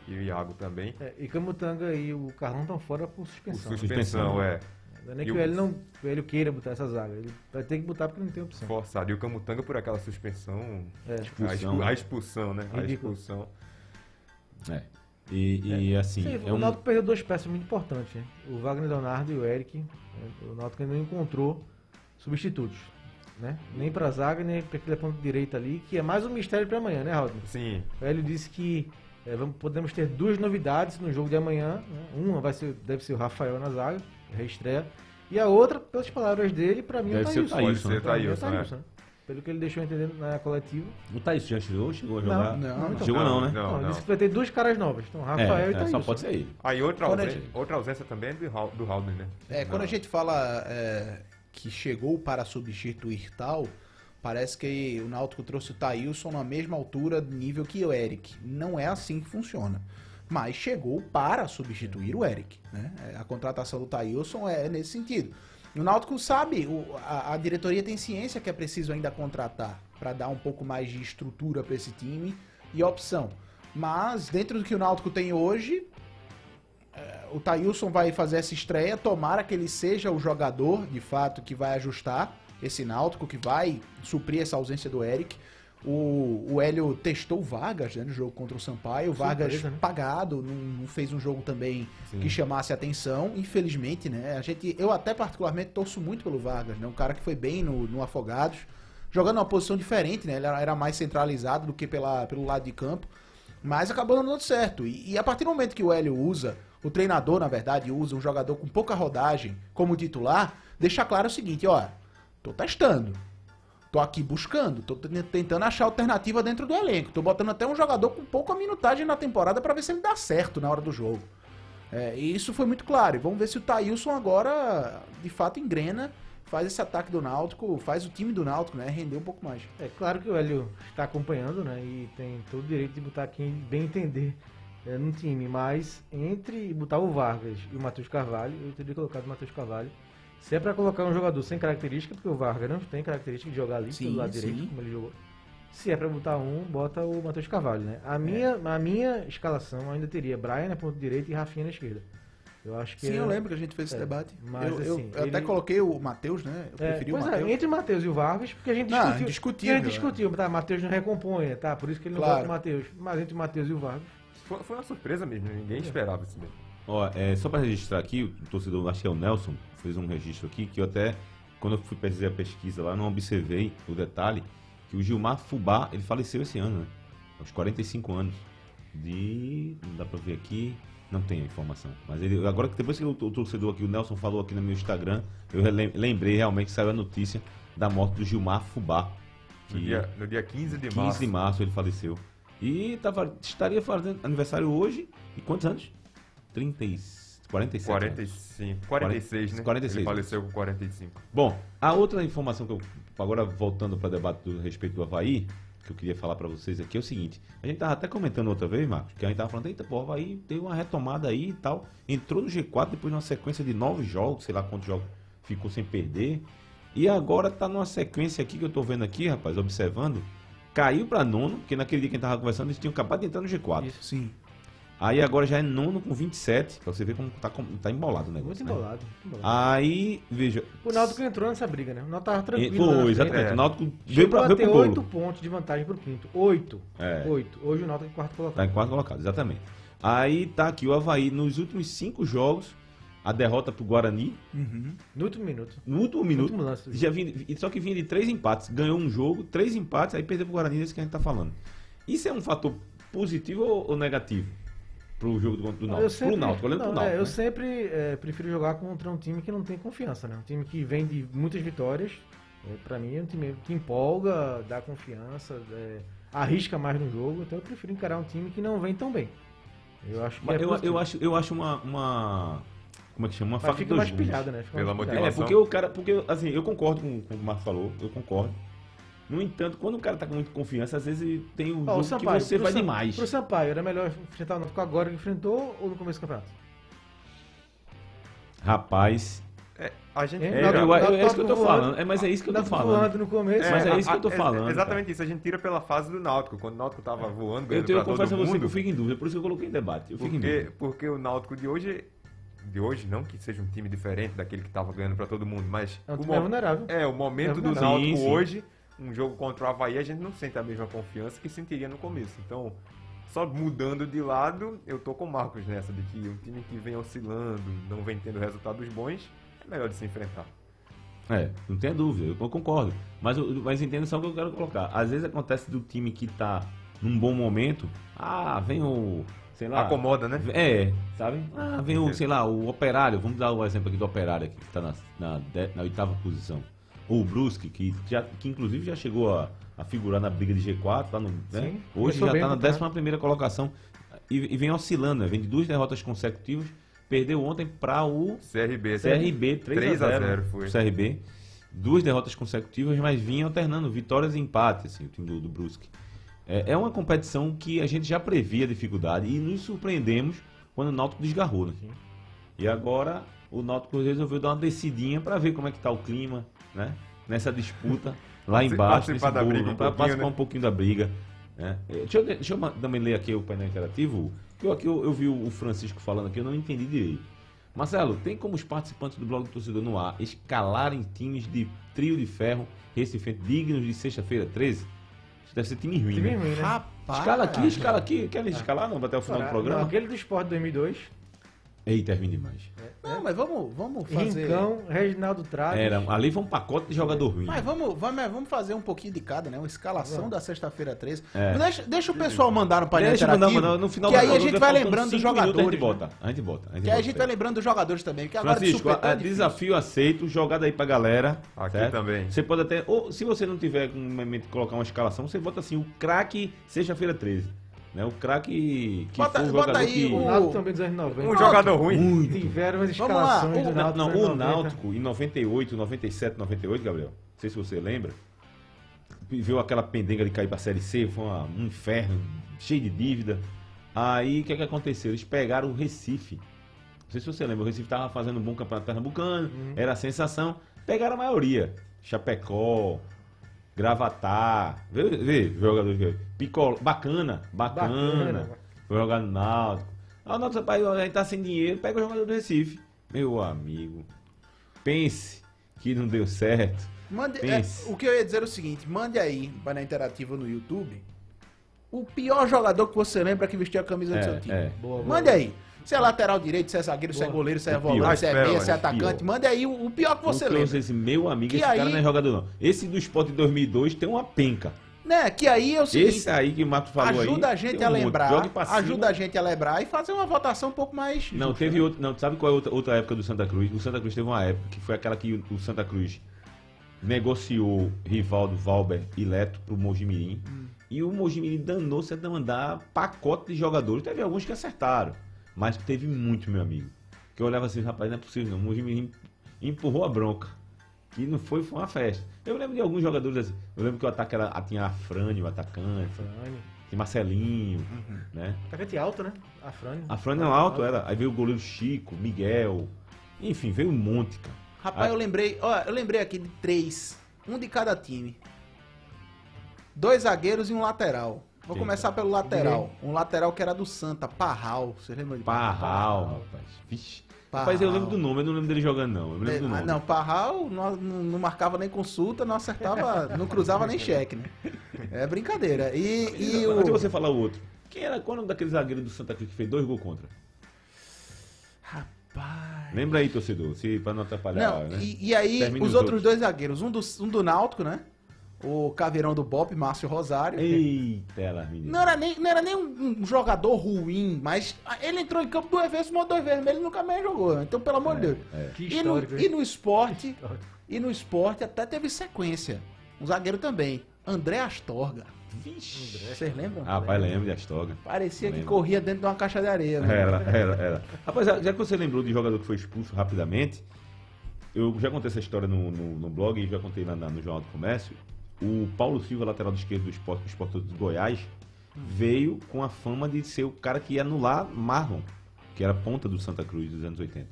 S4: E o Iago também.
S6: É, e Camutanga e o Carlão estão fora
S4: Por
S6: por suspensão. né?
S4: suspensão, é.
S6: Não é nem
S4: E
S6: que
S4: o-
S6: o Hélio, não, o Hélio queira botar essa zaga. Ele vai ter que botar porque não tem opção.
S4: Forçado. E o Camutanga por aquela suspensão.
S6: É.
S4: A,
S3: Expulsão,
S4: expu- a
S3: né?
S4: expulsão, né? A
S6: Ridículo.
S4: expulsão.
S3: É. E, e, assim,
S6: Sim,
S3: é
S6: o
S3: um,
S6: Náutico perdeu duas peças muito importantes, né? O Wagner Leonardo e o Eric. né? O Náutico ainda não encontrou substitutos, né? Nem pra zaga, nem pra aquele ponto direito ali, que é mais um mistério pra amanhã, né, Rodney?
S4: Sim,
S6: O Hélio disse que eh, vamos- podemos ter duas novidades no jogo de amanhã. né? Uma vai ser, deve ser o Rafael na zaga, reestreia. E a outra, pelas palavras dele, pra mim
S3: Deve
S6: o
S3: ser o
S6: Thailson.
S3: Thailson,
S6: Pra
S3: né?
S6: mim,
S4: Thailson, é.
S6: né? Pelo que ele deixou entender na coletiva.
S3: o Thaís tá já chegou, chegou a jogar.
S5: não, não.
S3: Chegou não, né?
S4: Não,
S6: Não, ele
S4: não.
S6: disse que vai ter duas caras novas. Então, Rafael
S3: É,
S6: e
S3: é,
S6: Thailson.
S3: só pode ser ele.
S4: Aí outra,
S5: Quando a
S4: ausência,
S3: gente-
S4: outra ausência também é do, Hal- do Halden, né?
S5: É, quando a gente fala é, que chegou para substituir tal, parece que o Náutico trouxe o Thailson na mesma altura, nível que o Eric. Não é assim que funciona. Mas chegou para substituir o Eric. Né? É, A contratação do Thailson é nesse sentido. O Náutico sabe, o- a, a diretoria tem ciência que é preciso ainda contratar para dar um pouco mais de estrutura para esse time e opção. Mas dentro do que o Náutico tem hoje, o Thailson vai fazer essa estreia, tomara que ele seja o jogador, de fato, que vai ajustar esse Náutico, que vai suprir essa ausência do Eric. O, o Hélio testou o Vargas né, no jogo contra o Sampaio, o Vargas
S6: Surpresa, né?
S5: pagado, não, não fez um jogo também
S4: Sim.
S5: que chamasse atenção, infelizmente, né? A gente, eu até particularmente torço muito pelo Vargas, né? Um cara que foi bem no, no Afogados, jogando uma posição diferente, né? Ele era era mais centralizado do que pela, pelo lado de campo. Mas acabou não dando certo. E, e a partir do momento que o Hélio usa, o treinador, na verdade, usa um jogador com pouca rodagem como titular, deixa claro o seguinte, ó, tô testando. Tô aqui buscando, tô ten- tentando achar alternativa dentro do elenco. Tô botando até um jogador com pouca minutagem na temporada pra ver se ele dá certo na hora do jogo. É, e isso foi muito claro. E vamos ver se o Thailson agora, de fato, engrena, faz esse ataque do Náutico, faz o time do Náutico, né, render um pouco mais.
S6: É claro que o Hélio está acompanhando, né? E tem todo o direito de botar quem bem entender eh, no time. Mas entre botar o Vargas e o Matheus Carvalho, eu teria colocado o Matheus Carvalho. Se é para colocar um jogador sem característica, porque o Vargas não tem característica de jogar ali
S5: Sim,
S6: pelo lado
S5: sim.
S6: direito, como ele jogou. Se é para botar um, bota o Matheus Carvalho, né?
S3: É.
S6: A minha, a minha escalação ainda teria Brian na ponta direita e Rafinha na esquerda. Eu acho que
S5: Sim,
S6: é-
S5: eu lembro que a gente fez esse
S6: é,
S5: debate.
S6: mas,
S5: eu eu-
S6: assim,
S5: eu até
S6: ele-
S5: coloquei o Matheus, né? Eu
S6: É,
S5: preferi o
S6: pois
S5: Matheus.
S6: é, entre o Matheus e o Vargas, porque a gente
S5: Não,
S6: discutiu.
S5: indiscutível,
S6: A gente
S5: né?
S6: discutiu, tá? Matheus não recompõe, tá? Por isso que ele não
S5: Claro.
S6: bota o Matheus. Mas entre o Matheus e o Vargas.
S4: Foi, foi uma surpresa mesmo,
S5: É.
S4: ninguém esperava isso mesmo.
S3: Ó, é, só para registrar aqui, o torcedor, acho que é o Nelson, fez um registro aqui que eu até, quando eu fui fazer a pesquisa lá, não observei o detalhe que o Gilmar Fubá, ele faleceu esse ano, né? Aos 45 anos. De. Não dá pra ver aqui. Não tem a informação. Mas ele, agora que depois que o, o torcedor aqui, o Nelson falou aqui no meu Instagram, eu relem- lembrei realmente que saiu a notícia da morte do Gilmar Fubá.
S4: No,
S3: que-
S4: dia, no dia 15 de
S3: 15
S4: março.
S3: de março ele faleceu. E tava, estaria fazendo aniversário hoje. E quantos anos? 30 e... né? 47 anos.
S4: 45, 46, né?
S3: 46.
S4: Ele faleceu com 45.
S3: Bom, a outra informação que eu... Agora voltando para o debate do a respeito do Havaí, que eu queria falar para vocês aqui é o seguinte. A gente tava até comentando outra vez, Marcos, que a gente tava falando, eita, pô, o Havaí teve uma retomada aí e tal. Entrou no G4 depois de uma sequência de nove jogos, sei lá quantos jogos ficou sem perder. E agora tá numa sequência aqui que eu tô vendo aqui, rapaz, observando. Caiu para nono, porque naquele dia que a gente tava conversando, eles tinham acabado de entrar no G4.
S5: Sim.
S3: Aí agora já é nono com 27, pra você ver como tá, com- tá embolado o negócio.
S6: Muito
S3: né?
S6: embolado. Muito embolado.
S3: Aí, veja.
S6: O Náutico entrou nessa briga, né? O Náutico tava
S3: E-
S6: tranquilo. lá na
S3: Foi,
S6: frente.
S3: exatamente.
S4: É.
S3: O Náutico veio
S6: Chegou
S3: pra,
S6: a
S3: veio
S6: ter
S3: pro
S6: oito
S3: bolo.
S6: pontos de vantagem pro quinto. Oito.
S3: É.
S6: Oito. Hoje o Náutico é quarto colocado.
S3: Tá em quarto colocado, exatamente. Aí tá aqui o Havaí nos últimos cinco jogos. A derrota pro Guarani,
S5: Uhum.
S6: No último minuto.
S3: no último Tá. Um minuto.
S6: último lance.
S3: já vinha, e só que vinha de três empates. Ganhou um jogo, três empates, aí perdeu pro Guarani, esse que a gente tá falando. Isso é um fator positivo ou, ou negativo pro jogo do, do Náutico? Pro Náutico, olhando
S6: não,
S3: pro Náutico.
S6: é, eu
S3: né?
S6: sempre é, prefiro jogar contra um time que não tem confiança, né? Um time que vem de muitas vitórias. É, para mim é um time que empolga, dá confiança, é, arrisca mais no jogo. Então eu prefiro encarar um time que não vem tão bem. Eu acho que
S3: Mas
S6: é
S3: eu,
S6: positivo.
S3: eu acho, eu acho uma, uma- Como é que chama? Uma
S6: Mas
S3: faca de
S6: fica
S3: dois
S6: mais
S3: gumes.
S6: pilhado, né? Fica mais
S4: Pela
S6: pilhado.
S4: motivação.
S3: É, porque o cara. Porque, assim, eu concordo com, com o que o Marco falou, eu concordo. No entanto, quando o cara tá com muita confiança, às vezes ele tem um
S6: Ó,
S3: jogo
S6: É, o Sampaio,
S3: que você
S6: pro
S3: vai
S6: Sam-
S3: demais.
S6: Pro Sampaio, era melhor enfrentar o Náutico agora que enfrentou ou no começo do campeonato?
S3: Rapaz,
S4: A gente.
S6: É,
S7: É,
S6: Náutico-
S7: eu- eu- é
S6: Náutico
S7: isso que eu tô
S6: voando.
S7: falando. É, mas é isso que eu tô
S6: Náutico
S7: falando.
S6: voando no começo.
S7: É, mas
S6: né?
S7: é isso que eu tô
S4: a-
S7: falando,
S4: Exatamente isso. A gente tira pela fase do Náutico. Quando o Náutico tava voando,
S3: Eu,
S4: ganhando
S3: tenho, eu
S4: pra todo
S3: confesso a você que
S4: mundo,
S3: eu fico em dúvida, por isso que eu coloquei em debate. Eu fico em
S4: Porque,
S3: dúvida.
S4: porque o Náutico de hoje. De hoje, não que seja um time diferente daquele que tava ganhando pra todo mundo, mas.
S6: É um
S4: o
S6: time vulnerável.
S4: É, o momento
S6: É
S4: do
S6: vulnerável.
S4: Náutico
S3: Sim, sim.
S4: hoje, um jogo contra o Havaí, a gente não sente a mesma confiança que sentiria no começo. Então, só mudando de lado, eu tô com o Marcos nessa, de que um time que vem oscilando, não vem tendo resultados bons, é melhor de se enfrentar.
S3: É, não tenha dúvida, eu concordo. Mas, eu- mas entenda só o que eu quero colocar. Às vezes acontece do time que tá num bom momento, ah, vem o. Sei lá.
S4: Acomoda, né?
S3: É, sabe? Ah, vem o, sei lá, o Operário. Vamos dar o exemplo aqui do Operário, aqui, que está na, na, de- na oitava posição. Ou o Brusque, que, já, que inclusive já chegou a, a figurar na briga de G4. Tá no, né?
S6: Sim,
S3: Hoje
S6: começou
S3: já
S6: bem
S3: está
S6: o
S3: na
S6: campeonato.
S3: 11 primeira colocação e, e vem oscilando, né? Vem de duas derrotas consecutivas. Perdeu ontem para o
S4: CRB,
S3: CRB 3 a 0
S4: foi.
S3: pro CRB. Duas derrotas consecutivas, mas vinha alternando vitórias e empates, assim, o time do, do Brusque. É, é uma competição que a gente já previa a dificuldade e nos surpreendemos quando o Náutico desgarrou, né? E agora o Náutico resolveu dar uma descidinha para ver como é que tá o clima, né? Nessa disputa
S4: (laughs)
S3: lá
S4: Participar-
S3: embaixo,
S4: participar da briga um
S3: para
S4: pouquinho,
S3: participar
S4: né?
S3: um pouquinho da briga. né? Eh, Deixa eu, deixa eu ma- também ler aqui o painel interativo. que Eu, aqui eu, eu vi o Francisco falando aqui, eu não entendi direito. Marcelo, tem como os participantes do blog do torcedor no ar escalarem times de trio de ferro Recife dignos de sexta-feira 13? Isso deve ser time ruim,
S6: Time
S3: né?
S6: ruim, né?
S5: Rapaz. É.
S3: Escala aqui, escala aqui. Querem escalar não? Até o final do
S6: Não,
S3: programa?
S6: Aquele do Sport 2002,
S3: Eita, é ruim demais.
S5: Não, mas vamos, vamos fazer.
S6: Rincão, Reginaldo Traves.
S3: Era, ali foi um pacote de jogador ruim.
S5: Mas vamos, vamos, vamos fazer um pouquinho de cada, né? Uma escalação da sexta-feira 13.
S3: É.
S5: Deixa, deixa o pessoal mandar no painel
S3: Deixa,
S5: interativo.
S3: não, não, no final
S5: que
S3: do
S5: aí a
S3: programa,
S5: gente vai
S3: faltando
S5: lembrando dos
S3: cinco minutos,
S5: jogadores. né?
S3: a gente bota, a gente bota.
S5: Que aí a gente vai lembrando dos jogadores também. Porque agora
S3: Francisco,
S5: de
S3: a-
S5: supetão é difícil.
S3: desafio aceito, jogada aí pra galera.
S4: Aqui
S3: certo?
S4: também.
S3: Você pode até, ou se você não tiver com em mente colocar uma escalação, você bota assim, o craque sexta-feira 13. Né? O craque que
S5: Bota-
S3: for o
S5: bota
S3: jogador
S5: aí
S3: que...
S6: O
S5: o-
S6: Náutico também dos anos 90.
S4: Um jogador ruim.
S6: Tiveram as
S5: Vamos lá,
S6: escalações
S5: o-
S6: do
S3: Um Não,
S6: Náutico.
S3: não,
S6: nos
S3: o
S6: 90.
S3: Náutico em 98, 97, 98, Gabriel. Não sei se você lembra. Viu aquela pendenga de cair pra Série C, foi uma- um inferno, cheio de dívida. Aí o que, que aconteceu? Eles pegaram o Recife. Não sei se você lembra, o Recife tava fazendo um bom campeonato pernambucano,
S5: Uhum.
S3: era a sensação. Pegaram a maioria. Chapecó, Gravatar, vê, vê, jogador que Piccolo, bacana, bacana,
S6: Bacana.
S3: foi jogar no Náutico. Ah, o Náutico, pai, a gente tá sem dinheiro, pega o jogador do Recife. Meu amigo, pense que não deu certo.
S5: Mande, é,
S3: Pense.
S5: o que eu ia dizer é o seguinte: mande aí para Interativa no YouTube o pior jogador que você lembra que vestiu a camisa do seu
S3: É,
S5: time.
S3: é.
S6: Boa, boa.
S5: Mande aí. Se é lateral direito, se é zagueiro, se é goleiro, se é
S3: O pior.
S5: volante, se é meia,
S4: Pior,
S5: se é
S4: né?
S5: atacante.
S3: Pior.
S5: Mande aí o, o pior que você
S3: Não trouxe
S5: lembra.
S3: esse meu amigo,
S5: Que
S3: esse cara
S5: aí-
S3: não é jogador não. Esse do Sport de 2002 tem uma penca.
S5: Né? Que aí é o seguinte:
S3: Esse aí que o Marcos falou aí.
S5: ajuda a gente
S3: tem um
S5: a
S3: monte.
S5: lembrar.
S3: Jogue pra cima.
S5: Ajuda a gente a lembrar e fazer uma votação um pouco mais.
S3: Não,
S5: justa,
S3: teve
S5: né?
S3: outra. Não, sabe qual é outra, outra época do Santa Cruz? O Santa Cruz teve uma época que foi aquela que o, o Santa Cruz negociou Rivaldo, Valber e Leto pro Mojimirim. E o Mojimirim danou-se a mandar pacote de jogadores. Teve alguns que acertaram, mas teve muito, meu amigo. Que eu olhava assim, rapaz, não é possível não. O Mojimirim empurrou a bronca. Que não foi, foi uma festa. Eu lembro de alguns jogadores assim. Eu lembro que o ataque era. Tinha a Frane, o atacante.
S6: Frane.
S3: Tinha Marcelinho, né?
S6: Atacante alto, né? A Frane.
S3: A Fran não alto era. Aí veio o goleiro Chico, Miguel. Enfim, veio um monte, cara.
S5: Rapaz,
S3: Ah.
S5: eu lembrei, ó, eu lembrei aqui de três. Um de cada time. Dois zagueiros e um lateral. Vou
S3: Eita.
S5: começar pelo lateral. Um lateral que era do Santa, Parral. Vocês lembram de
S3: Parral, rapaz. Vixe.
S5: Parral.
S3: Rapaz, eu lembro do nome, eu não lembro dele jogando, não. Eu lembro
S5: É,
S3: do
S5: ah,
S3: nome.
S5: não, Parral não, não- não marcava nem consulta, não acertava, não cruzava nem cheque, né? É brincadeira. E, e
S3: E
S5: o.
S3: Antes de você falar o outro. Quem era? Qual é o nome daquele zagueiro do Santa Cruz que fez dois gols contra?
S5: Rapaz.
S3: Lembra aí, torcedor, se, pra não atrapalhar,
S5: Não,
S3: né?
S5: e, e aí,
S3: Termina
S5: os
S3: os
S5: outros
S3: outros.
S5: dois zagueiros, um do, um do Náutico, né? O Caveirão do Bop, Márcio Rosário.
S3: Eita, ela, menina.
S5: Não era nem, não era nem um, um jogador ruim, mas ele entrou em campo duas vezes, mandou vermelho e nunca mais jogou. Então, pelo amor
S3: É,
S5: de Deus.
S6: Que
S5: E no,
S6: histórico,
S5: e no esporte,
S6: Histórico.
S5: e no esporte até teve sequência. Um zagueiro também, André Astorga.
S3: Vixe.
S5: Vocês lembram?
S3: Rapaz, lembro de Astoga.
S5: Parecia que
S3: Ah, Lembro.
S5: corria dentro de uma caixa de areia. né?
S3: Era, era, era. Rapaz, já já que você lembrou do jogador que foi expulso rapidamente, eu já contei essa história no, no, no blog e já contei lá na- no Jornal do Comércio. O Paulo Silva, lateral do esquerdo do esporte, do esporte de Goiás, veio com a fama de ser o cara que ia anular Marlon, que era ponta do Santa Cruz dos anos 80.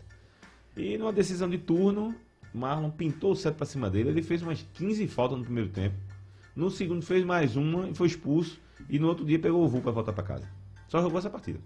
S3: E numa decisão de turno, Marlon pintou o set pra cima dele. Ele fez umas 15 faltas no primeiro tempo. No segundo fez mais uma e foi expulso. E no outro dia pegou o voo pra voltar pra casa. Só jogou essa partida.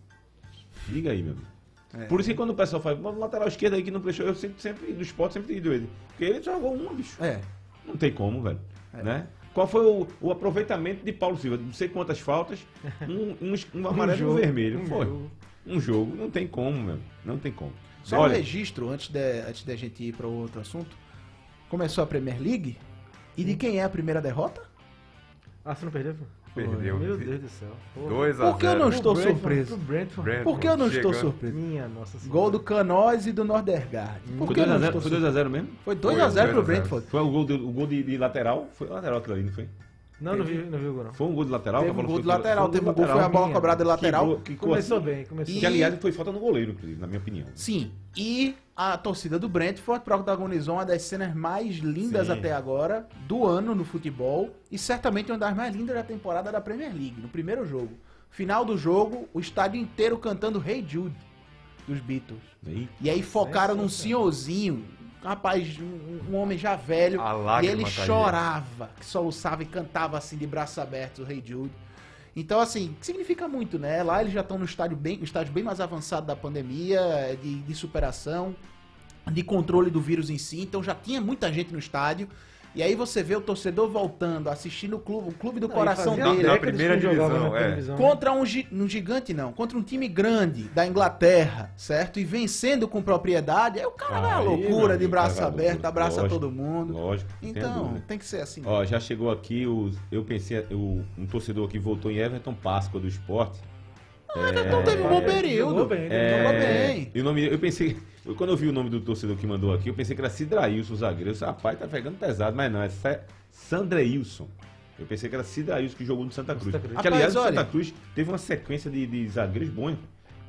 S3: Liga aí, meu amigo. Por isso que quando o pessoal fala, "Bota o lateral esquerdo aí que não prestou, eu sempre, sempre do esporte sempre digo ele. Porque ele jogou uma, bicho.
S5: É.
S3: Não tem como, velho. Né? Qual foi o, o aproveitamento de Paulo Silva? Não sei quantas faltas, um, um, es- um amarelo e um
S6: jogo,
S3: vermelho.
S6: um
S3: foi.
S6: jogo.
S3: Um jogo, não tem como, meu. Não tem como.
S5: Só um
S3: Olha,
S5: registro antes de, antes da gente ir para outro assunto. Começou a Premier League e de quem é a primeira derrota?
S6: Ah, você não perdeu?
S4: Perdeu.
S6: Meu Deus do céu. Pô,
S4: 2 a
S5: Por que eu
S4: 0.
S5: não estou
S6: Brentford,
S5: surpreso?
S6: pro Brentford.
S4: Brentford
S5: Por que eu não estou
S4: chegando.
S5: surpreso?
S6: Minha nossa senhora.
S5: Gol do Canoz e do Nordergaard. Por
S3: Hum, foi
S5: que eu não
S3: 2x0
S5: estou
S3: foi
S5: surpreso?
S3: 2x0 mesmo?
S4: Foi
S5: Foi 2x0 pro
S4: 2 a 0.
S5: Brentford.
S3: Foi o gol, de, o gol de, de lateral? Foi lateral aquilo ali, não foi?
S6: Não, não vi, não vi o gol, não.
S3: Foi um gol de lateral?
S5: Teve
S3: que a
S5: um
S3: bola
S5: gol
S3: foi-
S5: de lateral,
S3: um
S5: teve um
S3: gol
S5: gol, foi a bola
S6: minha.
S5: cobrada de
S3: Que,
S5: lateral.
S3: gol- que,
S6: Começou
S3: começou
S6: bem, começou
S5: assim. E-
S3: Que, aliás, foi falta no goleiro, inclusive, na minha opinião.
S5: Sim, e a torcida do Brentford protagonizou uma das cenas mais lindas
S3: Sim.
S5: até agora do ano no futebol e certamente uma das mais lindas da temporada da Premier League, no primeiro jogo. Final do jogo, o estádio inteiro cantando Hey Jude dos Beatles.
S3: Aí,
S5: E aí focaram num senhorzinho, rapaz, um, um homem já velho,
S4: A
S5: e
S4: lágrima tá
S5: ele
S4: caiu.
S5: chorava, que soluçava e cantava assim de braço aberto, o Rei Jude. Então, assim, significa muito, né? Lá eles já estão no estádio bem, um estádio bem mais avançado da pandemia, de, de superação, de controle do vírus em si. Então já tinha muita gente no estádio. E aí você vê o torcedor voltando, assistindo o clube, o clube do
S6: Não, e
S5: coração
S6: fazia
S5: dele.
S4: Na-
S5: né?
S4: na
S6: décadas que
S4: primeira
S6: não jogava
S4: divisão,
S6: na
S4: é.
S6: televisão, né?
S5: Contra um, gi- um gigante, não. Contra um time grande da Inglaterra, certo? E vencendo com propriedade. Aí o cara vai à
S3: Aí, meu
S5: loucura,
S3: amigo,
S5: de braço
S3: vai à
S5: aberto,
S3: loucura.
S5: abraça
S3: Lógico,
S5: todo mundo.
S3: lógico. não tenha
S5: Então,
S3: dúvida.
S5: tem que ser assim.
S3: Ó, já chegou aqui, o, eu pensei, o, um torcedor aqui voltou em Everton Páscoa do esporte.
S5: Então teve um bom período.
S6: Jogou bem,
S5: É,
S6: jogou
S5: Jogou
S6: bem.
S5: bem.
S3: E o nome, eu pensei, eu- quando eu vi o nome do torcedor que mandou aqui, eu pensei que era Cidrailson, o zagueiro. Eu disse, rapaz, tá pegando pesado, mas não, é Sa- Sandreilson. Eu pensei que era Cidrailson que jogou no Santa Cruz.
S6: Santa Cruz.
S3: Que, aliás,
S5: Rapaz,
S3: o Santa
S5: olha-
S3: Cruz teve uma sequência de, de zagueiros bons.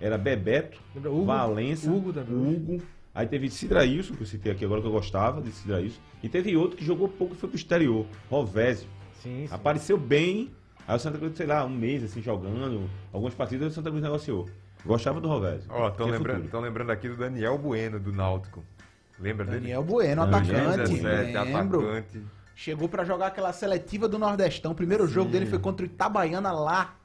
S3: Era Bebeto,
S6: Lembra Hugo?
S3: Valença,
S6: Hugo também.
S3: Hugo. Aí teve Cidrailson, que eu citei aqui agora, que eu gostava de Cidrailson. E teve outro que jogou pouco e foi pro exterior, Rovésio.
S6: Sim, sim.
S3: Apareceu bem. Aí o Santa Cruz, sei lá, um mês assim jogando, algumas partidas, o Santa Cruz negociou. Gostava do Rovésio.
S4: Ó, estão
S3: Tinha
S4: lembrando,
S3: futuro.
S4: tão lembrando aqui do Daniel Bueno do Náutico. Lembra
S5: Daniel Bueno,
S3: Daniel
S5: atacante.
S4: dele?
S3: Bueno.
S4: 17,
S5: Lembro.
S4: atacante.
S5: Chegou pra jogar aquela seletiva do Nordestão. O primeiro jogo dele foi contra o Itabaiana lá.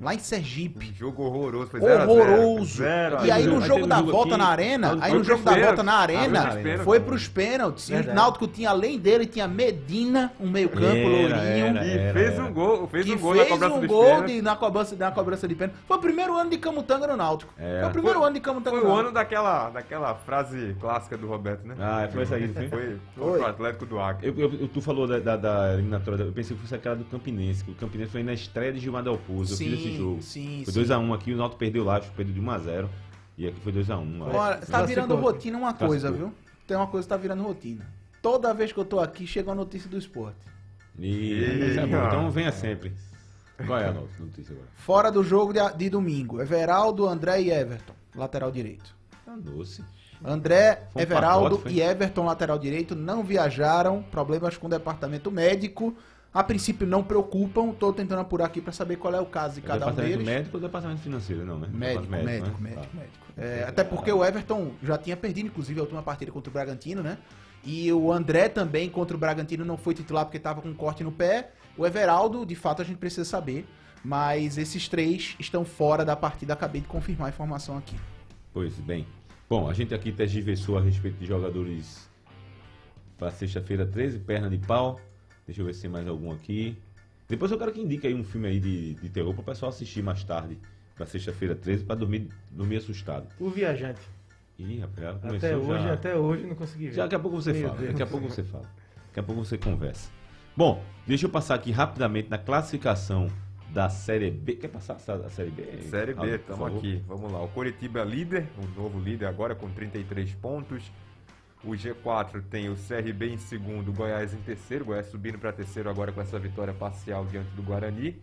S5: Lá em Sergipe.
S4: Um jogo horroroso, foi 0 a 0.
S5: horroroso.
S4: Zero a
S5: e aí
S4: zero.
S5: no
S3: Aí
S5: jogo
S3: teve
S5: da
S3: um jogo
S5: volta
S3: aqui,
S5: na arena,
S3: aí
S5: aí
S4: foi
S5: no jogo da
S4: pros
S5: volta na
S4: pênaltis.
S3: Ah, foi pros
S5: arena,
S3: pênaltis.
S5: foi pros pênaltis. E o
S6: Verdade.
S5: Náutico tinha além dele, tinha Medina, um meio-campo
S3: Era,
S5: lourinho.
S3: era.
S4: E fez um gol, fez
S5: Que
S4: um gol na
S5: fez
S4: cobrança
S5: um
S4: dos
S5: gol
S4: pênaltis.
S5: de, na, cobrança, na cobrança de pênalti. Foi o primeiro ano de Camutanga no Náutico.
S3: É.
S5: Foi o primeiro ano de Camutanga
S4: Foi
S5: no
S4: o
S5: Náutico.
S4: ano daquela, daquela frase clássica do Roberto, né?
S3: Ah, foi essa aí, não foi?
S4: Foi
S5: Foi.
S4: contra o Atlético do Acre.
S3: Eu, eu- tu falou da, da, da eliminatória, eu pensei que fosse aquela do Campinense, que o Campinense foi na estreia de Gilmar Del Pouso, eu
S5: Sim,
S3: fiz esse jogo.
S5: sim,
S3: foi
S5: sim.
S3: 2x1 aqui, o Náutico perdeu lá, acho que perdeu de 1x0, e aqui foi 2x1. lá.
S5: Olha, tá
S6: Classificou.
S5: virando rotina uma coisa,
S3: Classificou.
S5: viu? Tem uma coisa que tá virando rotina. Toda vez que eu tô aqui, chega uma notícia do esporte.
S3: E-
S4: Ih,
S3: é bom,
S4: cara.
S3: então venha sempre. Qual é a nossa notícia agora?
S5: Fora do jogo de, de domingo, Everaldo, André e Everton, lateral direito.
S3: Tá doce.
S5: André,
S3: Foi um
S5: Everaldo
S3: pacote, foi?
S5: e Everton, lateral direito, não viajaram, problemas com o departamento médico. A princípio não preocupam, tô tentando apurar aqui para saber qual é o caso de
S3: É o
S5: cada um
S3: departamento
S5: deles.
S3: médico ou departamento financeiro, não, né?
S5: Médico,
S3: Departamento
S5: médico,
S3: né?
S5: médico,
S3: Tá.
S5: médico. É, até porque o Everton já tinha perdido, inclusive, a última partida contra o Bragantino, né? E o André também contra o Bragantino não foi titular porque estava com um corte no pé. O Everaldo, de fato, a gente precisa saber. Mas esses três estão fora da partida. Acabei de confirmar a informação aqui.
S3: Pois bem. Bom, a gente aqui tergiversou a respeito de jogadores para sexta-feira 13, perna de pau. Deixa eu ver se tem mais algum aqui. Depois eu quero que indique aí um filme aí de, de terror para o pessoal assistir mais tarde, para sexta-feira 13, para dormir, dormir assustado.
S6: O viajante.
S3: Ih, rapaz, começou
S6: Até hoje,
S3: já...
S6: até hoje não consegui ver.
S3: Já é- daqui a pouco você
S6: Meu
S3: fala.
S6: Deus.
S3: Daqui a pouco você fala. Daqui a pouco você conversa. Bom, deixa eu passar aqui rapidamente na classificação da Série B. Quer passar a Série B?
S4: Série B,
S3: Aldo, por
S4: estamos
S3: favor?
S4: aqui. Vamos lá. O Coritiba é líder, o novo líder agora com 33 pontos. O G4 tem o CRB em segundo, o Goiás em terceiro. O Goiás subindo para terceiro agora com essa vitória parcial diante do Guarani.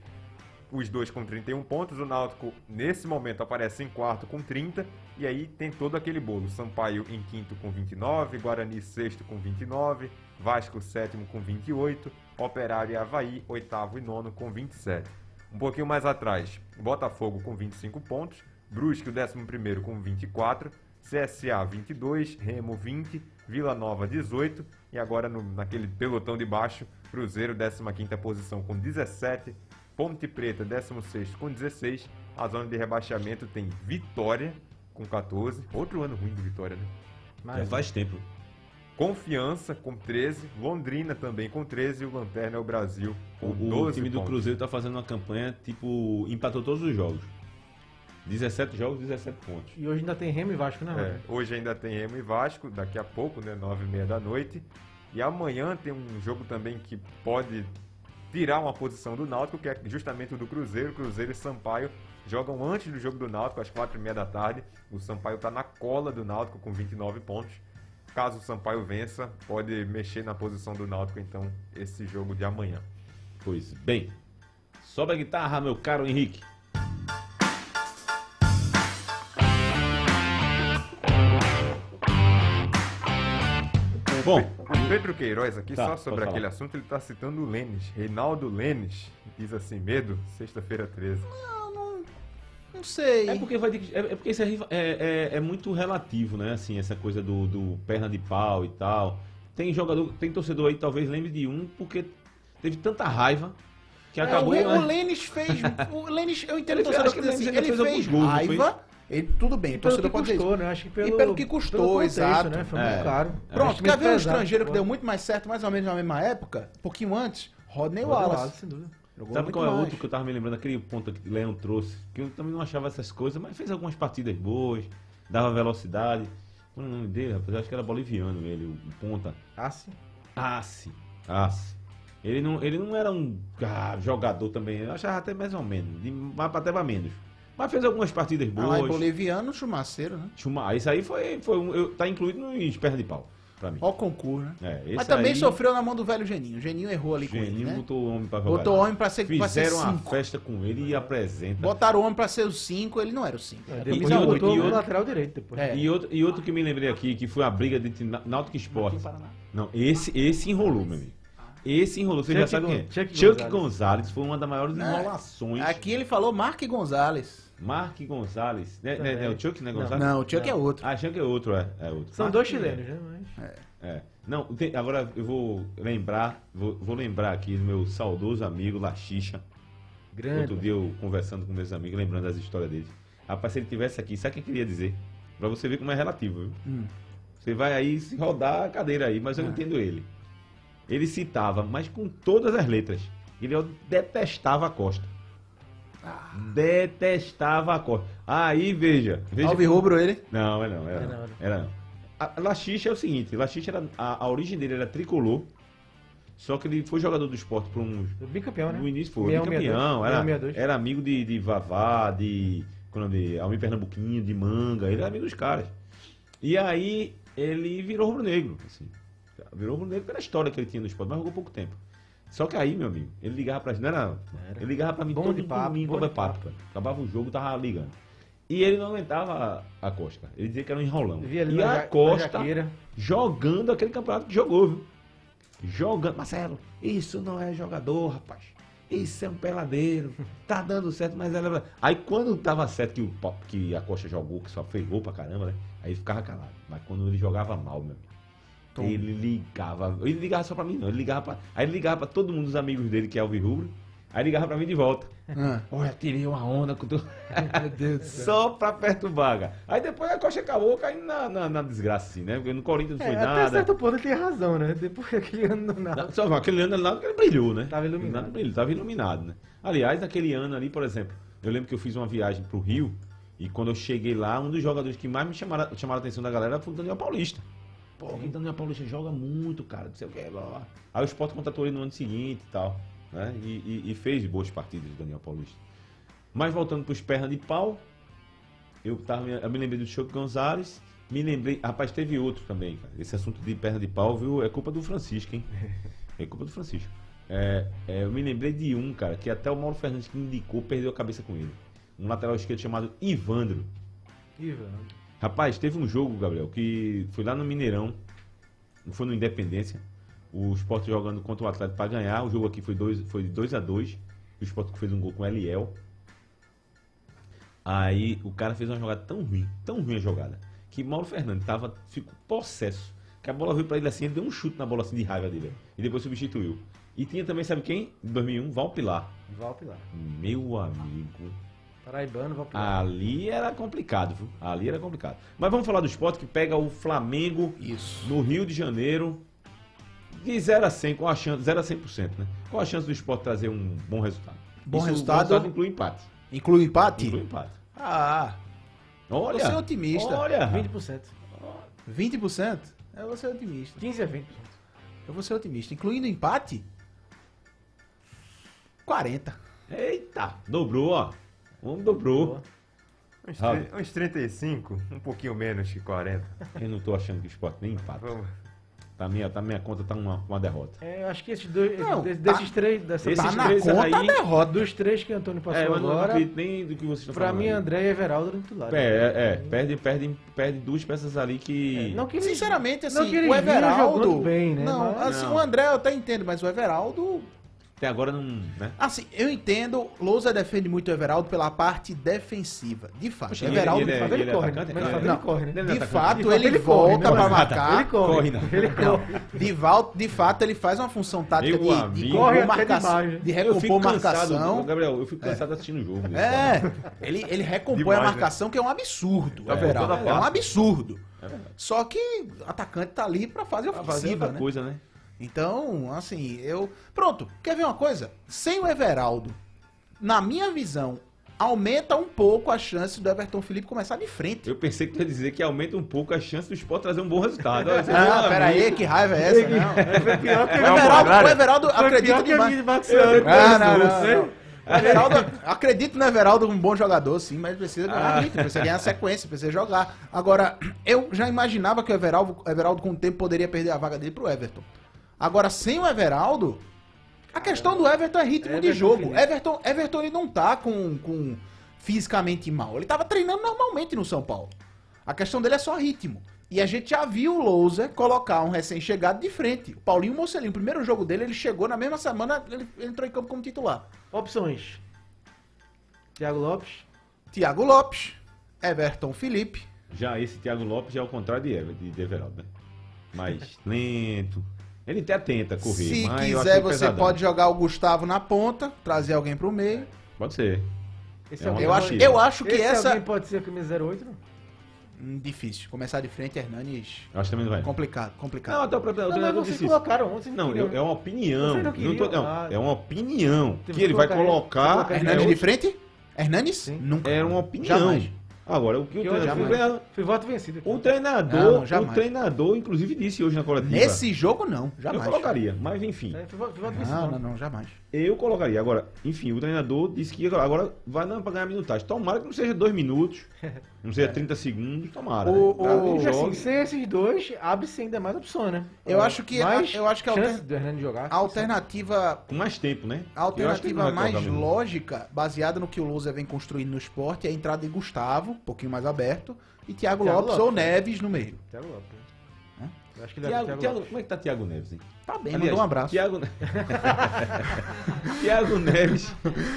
S4: Os dois com 31 pontos. O Náutico, nesse momento, aparece em quarto com 30. E aí tem todo aquele bolo. Sampaio em quinto com 29, Guarani sexto com 29, Vasco sétimo com 28, Operário e Havaí oitavo e nono com 27. Um pouquinho mais atrás, Botafogo com 25 pontos, Brusque o 11 com 24, CSA 22, Remo 20, Vila Nova 18 e agora no- naquele pelotão de baixo, Cruzeiro 15ª posição com 17, Ponte Preta 16 com 16. A zona de rebaixamento tem Vitória com 14, outro ano ruim de Vitória, né?
S3: Já faz tempo.
S4: Confiança com 13, Londrina também com 13 e o Lanterna é o Brasil
S3: O,
S4: com
S3: o
S4: 12
S3: time do
S4: pontos.
S3: Cruzeiro tá fazendo uma campanha, tipo, empatou todos os jogos. 17 jogos, 17 pontos.
S6: E hoje ainda tem Remo e Vasco, né?
S4: É,
S6: velho?
S4: hoje ainda tem Remo e Vasco, daqui a pouco, né? 9 e meia da noite. E amanhã tem um jogo também que pode tirar uma posição do Náutico, que é justamente o do Cruzeiro. Cruzeiro e Sampaio jogam antes do jogo do Náutico, às 4 e meia da tarde. O Sampaio tá na cola do Náutico com 29 pontos. Caso o Sampaio vença, pode mexer na posição do Náutico, então, esse jogo de amanhã.
S3: Pois bem, sobe a guitarra, meu caro Henrique. Bom,
S4: O Pedro Queiroz aqui,
S3: Tá,
S4: só
S3: pode
S4: sobre
S3: falar.
S4: aquele assunto, ele tá citando o Lênis. Reinaldo Lênis diz assim: medo, sexta-feira 13.
S5: Não sei.
S3: É porque, vai de- é, é porque isso é, riva- é- é- é muito relativo, né? Assim, essa coisa do, do perna de pau e tal. Tem jogador, tem torcedor aí, que talvez lembre de um, porque teve tanta raiva que
S5: É,
S3: acabou.
S5: o,
S3: né?
S5: o Lênis fez.
S3: (laughs)
S5: O Lênis, eu entendo
S3: Ele
S5: o torcedor
S3: fez- acho que o Lênis
S5: que diz assim,
S3: ainda
S5: ele
S3: fez
S5: fez,
S3: alguns gols, não
S5: raiva. Ele, tudo bem,
S6: E
S5: o
S6: pelo
S5: torcedor
S6: que
S5: pode dizer
S6: custou, né? Acho que pelo,
S5: pelo que custou,
S6: contexto,
S5: exato.
S6: Né? Foi
S3: É.
S6: muito caro.
S5: Pronto,
S6: Investimento
S5: quer ver um
S6: pesado,
S5: estrangeiro que
S6: pô.
S5: deu muito mais certo, mais ou menos na mesma época, um pouquinho antes? Rodney
S6: Rodney
S5: Wallace.
S6: Wallace, sem dúvida.
S5: Jogou
S3: Sabe
S5: muito
S3: qual é
S5: mais.
S3: outro que eu tava me lembrando? Aquele ponto que o Leão trouxe, que eu também não achava essas coisas, mas fez algumas partidas boas, dava velocidade. Qual é o nome dele, rapaz? Eu acho que era boliviano ele, o ponta.
S6: Ah, sim.
S3: Assi. Assi. Ele não, ele não era um ah, jogador também, eu achava até mais ou menos, de, mais- até pra menos. Mas fez algumas partidas
S5: Ah, lá, é
S3: boas.
S5: boliviano, chumaceiro, né?
S3: Chuma, ah, isso aí foi, foi um, eu, tá incluído no esperna de pau, pra mim.
S5: Ó o concurso, né?
S3: É, esse
S5: Mas também
S3: aí,
S5: sofreu na mão do velho Geninho. O Geninho errou ali com ele,
S3: Geninho
S5: né?
S3: botou o homem pra jogar.
S5: Botou o homem pra ser, pra ser
S3: Fizeram uma
S5: cinco.
S3: festa com ele e apresenta.
S5: Botaram o homem pra ser o 5, ele não era o 5.
S6: É,
S5: Era
S3: depois
S6: Depois
S5: camisa
S3: eu-
S6: ele
S3: outro-
S6: botou
S3: e
S6: o
S3: outro-
S6: lateral direito depois.
S5: É.
S3: E outro, e outro que me lembrei aqui, que foi a briga de Náutico Esporte. Não, esse, esse enrolou, meu amigo. Esse enrolou, você
S6: Chuck
S3: já sabe quem é.
S6: Gon- Chuck
S3: Chuck Gonzalez.
S6: Gonzalez.
S3: foi uma das maiores
S5: Não,
S3: enrolações.
S5: Aqui ele falou Mark Gonzalez.
S3: Mark Gonzalez. Né, né,
S6: Também.
S3: né, o Chuck, né,
S6: Não.
S3: Gonzalez?
S5: Não, o Chuck é outro.
S3: Ah, Chuck é outro, é, é outro.
S6: São
S3: Mark
S6: dois
S3: Gonzalez.
S6: chilenos, né? Mas...
S3: É. Não, tem- agora eu vou lembrar, vou, vou lembrar aqui do meu saudoso amigo Laxixa. Outro dia eu conversando com meus amigos, lembrando das histórias dele. Rapaz, se ele tivesse aqui, sabe o que eu queria dizer? Pra você ver como é relativo, viu?
S6: Hum.
S3: Você vai aí se rodar a cadeira aí,
S6: Ah.
S3: mas eu entendo ele. Ele citava, mas com todas as letras. Ele é detestava a Costa.
S6: Ah.
S3: Detestava a Costa. Aí, veja. veja
S5: Alves Rubro ele.
S3: não, é não, era
S6: É
S3: não.
S6: não, é não.
S3: Era não. A Lachicha é o seguinte, Lachicha era, a, a origem dele era tricolor, só que ele foi jogador do esporte por uns...
S6: Bicampeão, né?
S3: No início foi,
S6: Meia,
S3: campeão,
S6: meia,
S3: era, é.
S6: meia, dois.
S3: era amigo de, de Vavá, de, como é o nome dele? Almir Pernambuquinho, de Manga, ele era amigo dos caras. E aí ele virou rubro-negro, assim. Virou rubro-negro pela história que ele tinha no esporte, mas jogou pouco tempo. Só que aí, meu amigo, ele ligava pra gente, não era,
S6: Era.
S3: Ele ligava pra mim
S6: Bom
S3: todo
S6: de papo,
S3: domingo,
S6: bom
S3: pra
S6: de
S3: bater papo, cara. Acabava o jogo, tava ligando. E ele não aguentava a Costa, cara. Ele dizia que era um enrolão.
S6: Vi ali
S3: E
S6: na,
S3: a
S6: Ja-
S3: Costa
S6: na Jaqueira.
S3: jogando aquele campeonato que jogou, viu? Jogando. Marcelo, isso não é jogador, rapaz. Isso é um peladeiro. Tá dando certo, mas era. Aí quando tava certo que, o, Pa- que a Costa jogou, que só fez gol pra caramba, né? Aí ele ficava calado. Mas quando ele jogava mal, meu amigo.
S5: Tom.
S3: Ele ligava. Ele ligava só pra mim, não. Ele ligava pra. Aí ele ligava pra todo mundo, os amigos dele, que é o Virrubro. Aí ligava pra mim de volta.
S5: Ah.
S3: Olha, tirei uma onda com
S6: (laughs)
S3: tu. Só pra perturbar, cara. Aí depois a coxa acabou caindo na, na, na desgraça, assim, né? Porque no Corinthians não
S6: É,
S3: foi
S6: até
S3: nada.
S6: certo ponto ele tem razão, né? Depois daquele ano, não.
S3: Não, Só aquele ano lá que ele brilhou, né?
S6: Tava iluminado.
S3: Nada brilhou, tava iluminado, né? Aliás, naquele ano ali, por exemplo, eu lembro que eu fiz uma viagem pro Rio e quando eu cheguei lá, um dos jogadores que mais me chamaram, chamaram a atenção da galera foi o Daniel Paulista. Pô, o Daniel Paulista joga muito, cara, não sei o que, blá, blá. Aí o Sport contratou ele no ano seguinte e tal, né? E, e- e fez boas partidas o Daniel Paulista. Mas voltando pros pernas de pau, eu, tava, eu me lembrei do Choco Gonzalez, me lembrei. Rapaz, teve outro também, cara. Esse assunto de perna de pau, viu? É culpa do Francisco, (laughs) hein? É culpa do Francisco. É, é, eu me lembrei de um, cara, que até o Mauro Fernandes que indicou perdeu a cabeça com ele. Um lateral esquerdo chamado Ivandro.
S6: Ivan.
S3: Rapaz, teve um jogo, Gabriel, que foi lá no Mineirão, não foi no Independência, o Sport jogando contra o Atlético para ganhar, o jogo aqui foi 2 foi 2 a 2 o Sport fez um gol com o Eliel. Aí o cara fez uma jogada tão ruim, tão ruim a jogada, que Mauro Fernandes tava, ficou possesso. Que a bola veio pra ele assim, ele deu um chute na bola assim de raiva dele. E depois substituiu. E tinha também, sabe quem? Em 2001, Val Pilar.
S6: Val Pilar.
S3: Meu amigo.
S6: Paraibano, Val Pilar.
S3: Ali era complicado, viu? Ali era complicado. Mas vamos falar do esporte que pega o Flamengo
S5: Isso.
S3: no Rio de Janeiro. De 0 a 100, com a chance, 0 a 100%, né? Qual a chance do esporte trazer um bom resultado?
S5: Bom
S3: Isso,
S5: resultado-
S3: O resultado inclui empate.
S5: Inclui o empate?
S3: Inclui empate.
S5: Ah,
S3: Olha.
S5: você é otimista.
S3: Olha.
S6: 20%.
S5: 20%? Eu vou ser otimista.
S6: 15 a 20%.
S5: Eu vou ser otimista. Incluindo o empate? 40.
S3: Eita, dobrou, ó. O homem dobrou.
S4: Uns,
S3: Raul.
S4: tre- uns 35, um pouquinho menos que 40.
S3: Eu não tô achando que o esporte nem
S5: Ah,
S3: empata.
S5: um
S4: Vamos.
S3: Tá minha, tá minha conta tá uma, uma derrota.
S6: É, eu acho que esses dois.
S5: Não,
S6: esses-
S5: tá-
S6: desses três. Dessa
S3: Esses
S5: tá na
S3: três
S5: conta
S3: aí-
S5: a derrota.
S6: Dos três que Antônio passou
S3: É, mas não
S6: agora.
S3: acredito nem do que vocês estão
S6: Pra
S3: falando.
S6: mim,
S5: é
S3: aí.
S6: André e Everaldo eram titulares.
S3: É, é, é. Perde, perde, perde duas peças ali que.
S6: É, Não que eles-
S5: Sinceramente, assim,
S6: não que eles
S5: o
S6: vinham
S5: Everaldo...
S6: jogando bem, né?
S5: Não,
S6: Mas-
S5: assim,
S3: Não.
S5: o André eu até entendo, mas o Everaldo...
S3: Até agora não. Né?
S5: Assim, eu entendo, Lousa defende muito o Everaldo pela parte defensiva, de fato.
S3: Poxa,
S5: o
S3: ele-
S5: Everaldo,
S3: ele é-
S6: Mas ele, corre, né?
S3: atacante,
S6: Mas
S3: cara?
S6: ele
S3: Não.
S6: corre, né?
S3: Ele é
S5: de
S3: atacante.
S5: fato,
S6: De fato,
S5: ele,
S6: ele corre,
S5: volta
S6: né?
S5: pra
S6: Mas
S5: marcar.
S6: Ele corre.
S3: Corre, não.
S6: Ele corre.
S5: De, val, de fato, ele faz uma função tática
S3: Meu
S5: de, de,
S3: amigo.
S5: compor
S6: Corre até
S5: marcação-
S6: demais, né?
S5: de
S3: Eu fico
S5: recompor
S3: cansado, né?
S5: marcação.
S3: Gabriel, eu fico cansado assistindo o jogo. né?
S5: É, ele, ele recompõe
S4: Demais,
S5: a marcação, que é um absurdo.
S3: É,
S5: É,
S3: né? toda
S5: é um
S3: parte.
S5: absurdo.
S3: É verdade.
S5: Só que o atacante tá ali pra fazer
S3: Pra fazer
S5: ofensiva,
S3: outra
S5: né?
S3: coisa, né?
S5: Então, assim, eu. Pronto, quer ver uma coisa? Sem o Everaldo, na minha visão, aumenta um pouco a chance do Everton Felipe começar de frente.
S3: Eu pensei que tu ia dizer que aumenta um pouco a chance do esporte trazer um bom resultado.
S5: (laughs)
S3: Olha, você
S5: Ah,
S3: viu,
S5: pera aí,
S3: amigo?
S5: que raiva é essa? Não.
S6: Foi pior que
S5: O
S4: É o
S5: Everaldo,
S4: contrário.
S5: o Everaldo acredita demais. Ah, não, não, não. O Everaldo, acredito no Everaldo um bom jogador, sim, mas precisa ganhar ritmo, precisa ganhar sequência, precisa jogar. Agora, eu já imaginava que o Everaldo, Everaldo com o tempo poderia perder a vaga dele pro Everton. Agora, sem o Everaldo, a questão do Everton é ritmo de
S6: Everton
S5: jogo.
S6: Felipe.
S5: Everton, Everton ele não tá com, com fisicamente mal. Ele tava treinando normalmente no São Paulo. A questão dele é só ritmo. E a gente já viu o Louser colocar um recém-chegado de frente. O Paulinho Mocelinho, o primeiro jogo dele, ele chegou na mesma semana, ele ele entrou em campo como titular.
S6: Opções. Thiago Lopes.
S5: Thiago Lopes, Everton Felipe.
S3: Já esse Thiago Lopes já é o contrário de, Ever- de de Everaldo, né?
S5: (laughs)
S3: Mais lento. Ele até tenta correr,
S5: Se
S3: mas eu acho
S5: quiser,
S3: ele
S5: você
S3: pesadão.
S5: pode jogar o Gustavo na ponta, trazer alguém pro meio.
S3: Pode ser.
S6: Esse
S3: É uma
S6: alguém
S5: Eu acho,
S3: possível.
S5: eu acho que
S6: Esse
S5: essa.
S6: alguém pode ser a camisa 08, não?
S5: Hum, difícil. Começar de frente, Hernanes.
S3: Eu acho que também não vai.
S5: Complicado,
S3: Não,
S5: complicado.
S3: até o próprio o
S6: Não, mas
S3: treinador
S6: vocês
S3: disse isso.
S6: colocaram ontem.
S3: Não, eu- é uma opinião.
S6: Vocês não
S3: Não tô-
S6: queriam?
S3: não,
S6: Ah.
S3: é uma opinião
S6: Teve
S3: que
S6: que
S3: ele vai
S6: colocar
S3: colocar.
S6: ele.
S5: Hernanes
S3: é,
S5: de frente? Hernanes?
S6: Sim.
S5: Nunca.
S3: é uma opinião.
S5: Jamais.
S3: Agora, o que o
S6: Que
S3: treinador.
S5: jamais.
S3: o treinador-
S6: Foi voto vencido. então. aqui.
S3: O treinador,
S5: Não, não,
S3: o
S5: jamais.
S3: treinador, inclusive, disse hoje na coletiva.
S5: Nesse jogo, não.
S3: eu
S5: Jamais.
S3: colocaria, mas enfim.
S6: É, Foi voto foi voto vencido.
S5: Não,
S6: não.
S5: Ah, não, não, jamais.
S3: Eu colocaria. Agora, enfim, o treinador disse que agora vai não pra ganhar minutagem. Tomara que não seja dois
S5: (laughs)
S3: minutos, não seja 30 segundos, tomara. né?
S5: É. O-
S3: Tá?
S5: o-
S3: Ele
S6: Porque,
S3: joga.
S6: assim, sem esses dois, abre-se ainda mais opções, né?
S5: Eu acho que-
S6: mais
S5: eu acho que a
S6: chance
S5: alter-
S6: do Hernani jogar.
S5: A alternativa,
S3: Com mais tempo, né?
S5: a
S3: Eu acho que ele não
S5: alternativa
S3: vai
S5: mais
S3: colocar mesmo.
S5: lógica, baseada no que o Lousa vem construindo no esporte, é a entrada de Gustavo, um pouquinho mais aberto, e Thiago
S6: Thiago
S5: Lopes, ou
S6: Lopes.
S3: é.
S5: Neves no meio.
S6: Thiago Lopes. né?
S5: Hã?
S6: Eu acho que ele
S3: Thiago-
S6: Thiago
S3: Thiago-
S6: Lopes.
S3: como é que tá Thiago Neves, hein?
S5: Tá bem,
S3: Aliás,
S5: mandou um abraço.
S3: Thiago,
S5: (laughs)
S3: Thiago Neves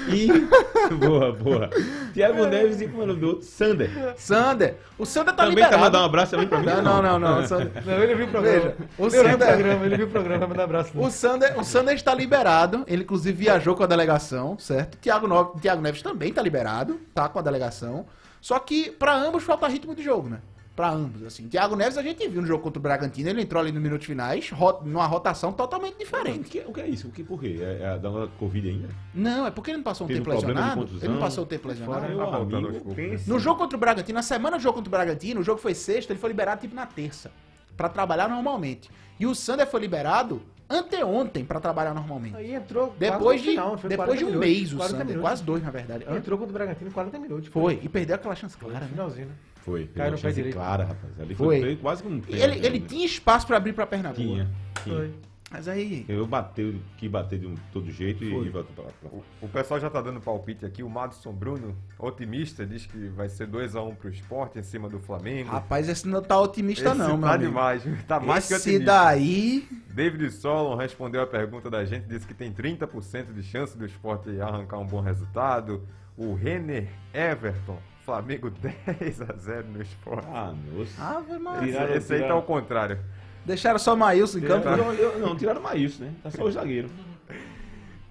S3: e.
S5: (laughs)
S3: Boa, boa. Thiago Neves e como é o nome do outro? Sander.
S5: Sander, o Sander tá
S3: Também tá
S5: liberado.
S3: mandando um abraço também pra mim?
S5: Não, não, não, não. O Sander,
S6: Não, ele viu o programa.
S5: Veja, o
S6: Ele viu
S5: Sander-
S6: o programa, ele viu o programa, manda abraço. né?
S5: o Sander, o Sander está liberado. Ele, inclusive, viajou com a delegação, certo? Thiago, no... Thiago Neves também tá liberado, tá com a delegação. Só que pra ambos falta ritmo de jogo, né? Pra ambos, assim. Thiago Neves a gente viu no jogo contra o Bragantino, ele entrou ali nos minutos finais, ro- numa rotação totalmente
S3: Peraí, o
S5: diferente.
S3: que, o que é isso? O que, por quê? É, é da nova Covid ainda?
S5: Não, é porque ele não passou um
S3: Teve
S5: tempo
S3: um problema de
S5: lesionado. Ele não
S3: contusão.
S5: passou o tempo lesionado.
S3: Fora,
S4: Tá
S3: meu
S4: voltando aos
S3: amigo.
S4: poucos,
S3: quem-
S4: né?
S5: No jogo contra o Bragantino, na semana do jogo contra o Bragantino, o jogo foi sexta, ele foi liberado tipo na terça, Pra trabalhar normalmente. E o Sander foi liberado anteontem pra trabalhar normalmente.
S6: Aí entrou quase
S5: Depois
S6: no
S5: de,
S6: final, foi
S5: depois
S6: 40
S5: de um
S6: minutos,
S5: mês o
S6: 40
S5: Sander,
S6: minutos.
S5: quase dois na verdade. Hã?
S6: Entrou contra o Bragantino em 40 minutos.
S5: Foi, e perdeu aquela chance clara,
S6: Claro,
S5: né?
S6: finalzinho, né?
S3: Foi.
S6: Caiu no
S3: Caiu
S6: pé direito.
S3: Clara, rapaz. Ali foi,
S5: Foi.
S3: foi quase como um
S5: E ele,
S3: pênalti,
S5: ele
S3: né?
S5: tinha espaço pra abrir pra Pernambuco.
S3: Tinha. tinha.
S6: Foi.
S5: Mas aí...
S3: Eu bateu, que bateu de um, todo jeito e,
S4: Foi.
S3: e voltou pra lá. pra lá.
S4: O, o pessoal já tá dando palpite aqui. O Madison Bruno, otimista, diz que vai ser 2x1 pro esporte em cima do Flamengo.
S5: Rapaz, esse não tá otimista
S4: Esse
S5: não, meu
S4: tá
S5: amigo.
S4: demais, viu? tá mais que
S5: esse
S4: otimista.
S5: daí...
S4: David Solon respondeu a pergunta da gente, disse que tem 30% de chance do esporte arrancar um bom resultado. O Renner Everton Flamengo (laughs) 10 a 0 no esporte.
S3: Ah, nossa.
S5: Ave Maria.
S4: Esse,
S3: tiraram-
S4: esse aí tá
S3: tiraram-
S4: ao contrário.
S5: Deixaram só o Maílson em campo.
S3: Tiraram- eu- Tá. não, tiraram o Maílson, né? Tá só o zagueiro.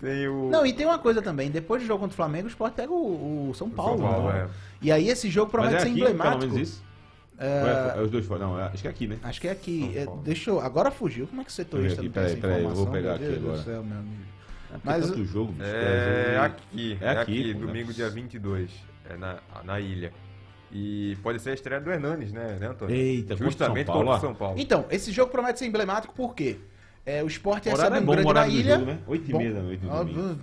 S4: Tem o.
S5: Não, e tem uma coisa também. Depois do jogo contra o Flamengo, o Sport pega o, o São Paulo.
S4: São Paulo,
S5: né?
S4: é.
S5: E aí esse jogo
S3: Mas
S5: promete
S3: é
S5: ser
S3: aqui, pelo
S5: emblemático.
S3: menos isso. Ou é fo- é os dois fora. Não, é- acho que é aqui, né?
S5: Acho que é aqui.
S4: São
S5: É,
S4: Paulo.
S5: deixa eu. Agora fugiu. Como é que o setorista
S3: Aqui,
S5: não tem essa
S3: peraí, peraí, eu vou
S5: informação?
S3: pegar
S5: Meu
S3: aqui
S5: Deus
S3: agora.
S5: do céu, meu amigo.
S3: É porque
S5: Mas-
S3: tanto jogo, bicho,
S4: É
S3: cara, jogo-
S4: aqui,
S3: É
S4: é aqui,
S3: aqui, pô, né?
S4: domingo dia 22, é na, na ilha. E pode ser a estreia do Hernanes, né, né Antônio?
S3: Eita, contra o
S4: Justamente
S3: São Paulo,
S4: contra o
S3: ó.
S4: São Paulo.
S5: Então, esse jogo promete ser emblemático por quê? É, o Sport
S3: O horário
S5: recebe
S3: é
S5: um
S3: bom, o
S5: grande na
S3: horário do
S5: ilha.
S3: jogo, né? 8 e
S5: Bom.
S3: meia da noite do
S5: Ah,
S3: domingo.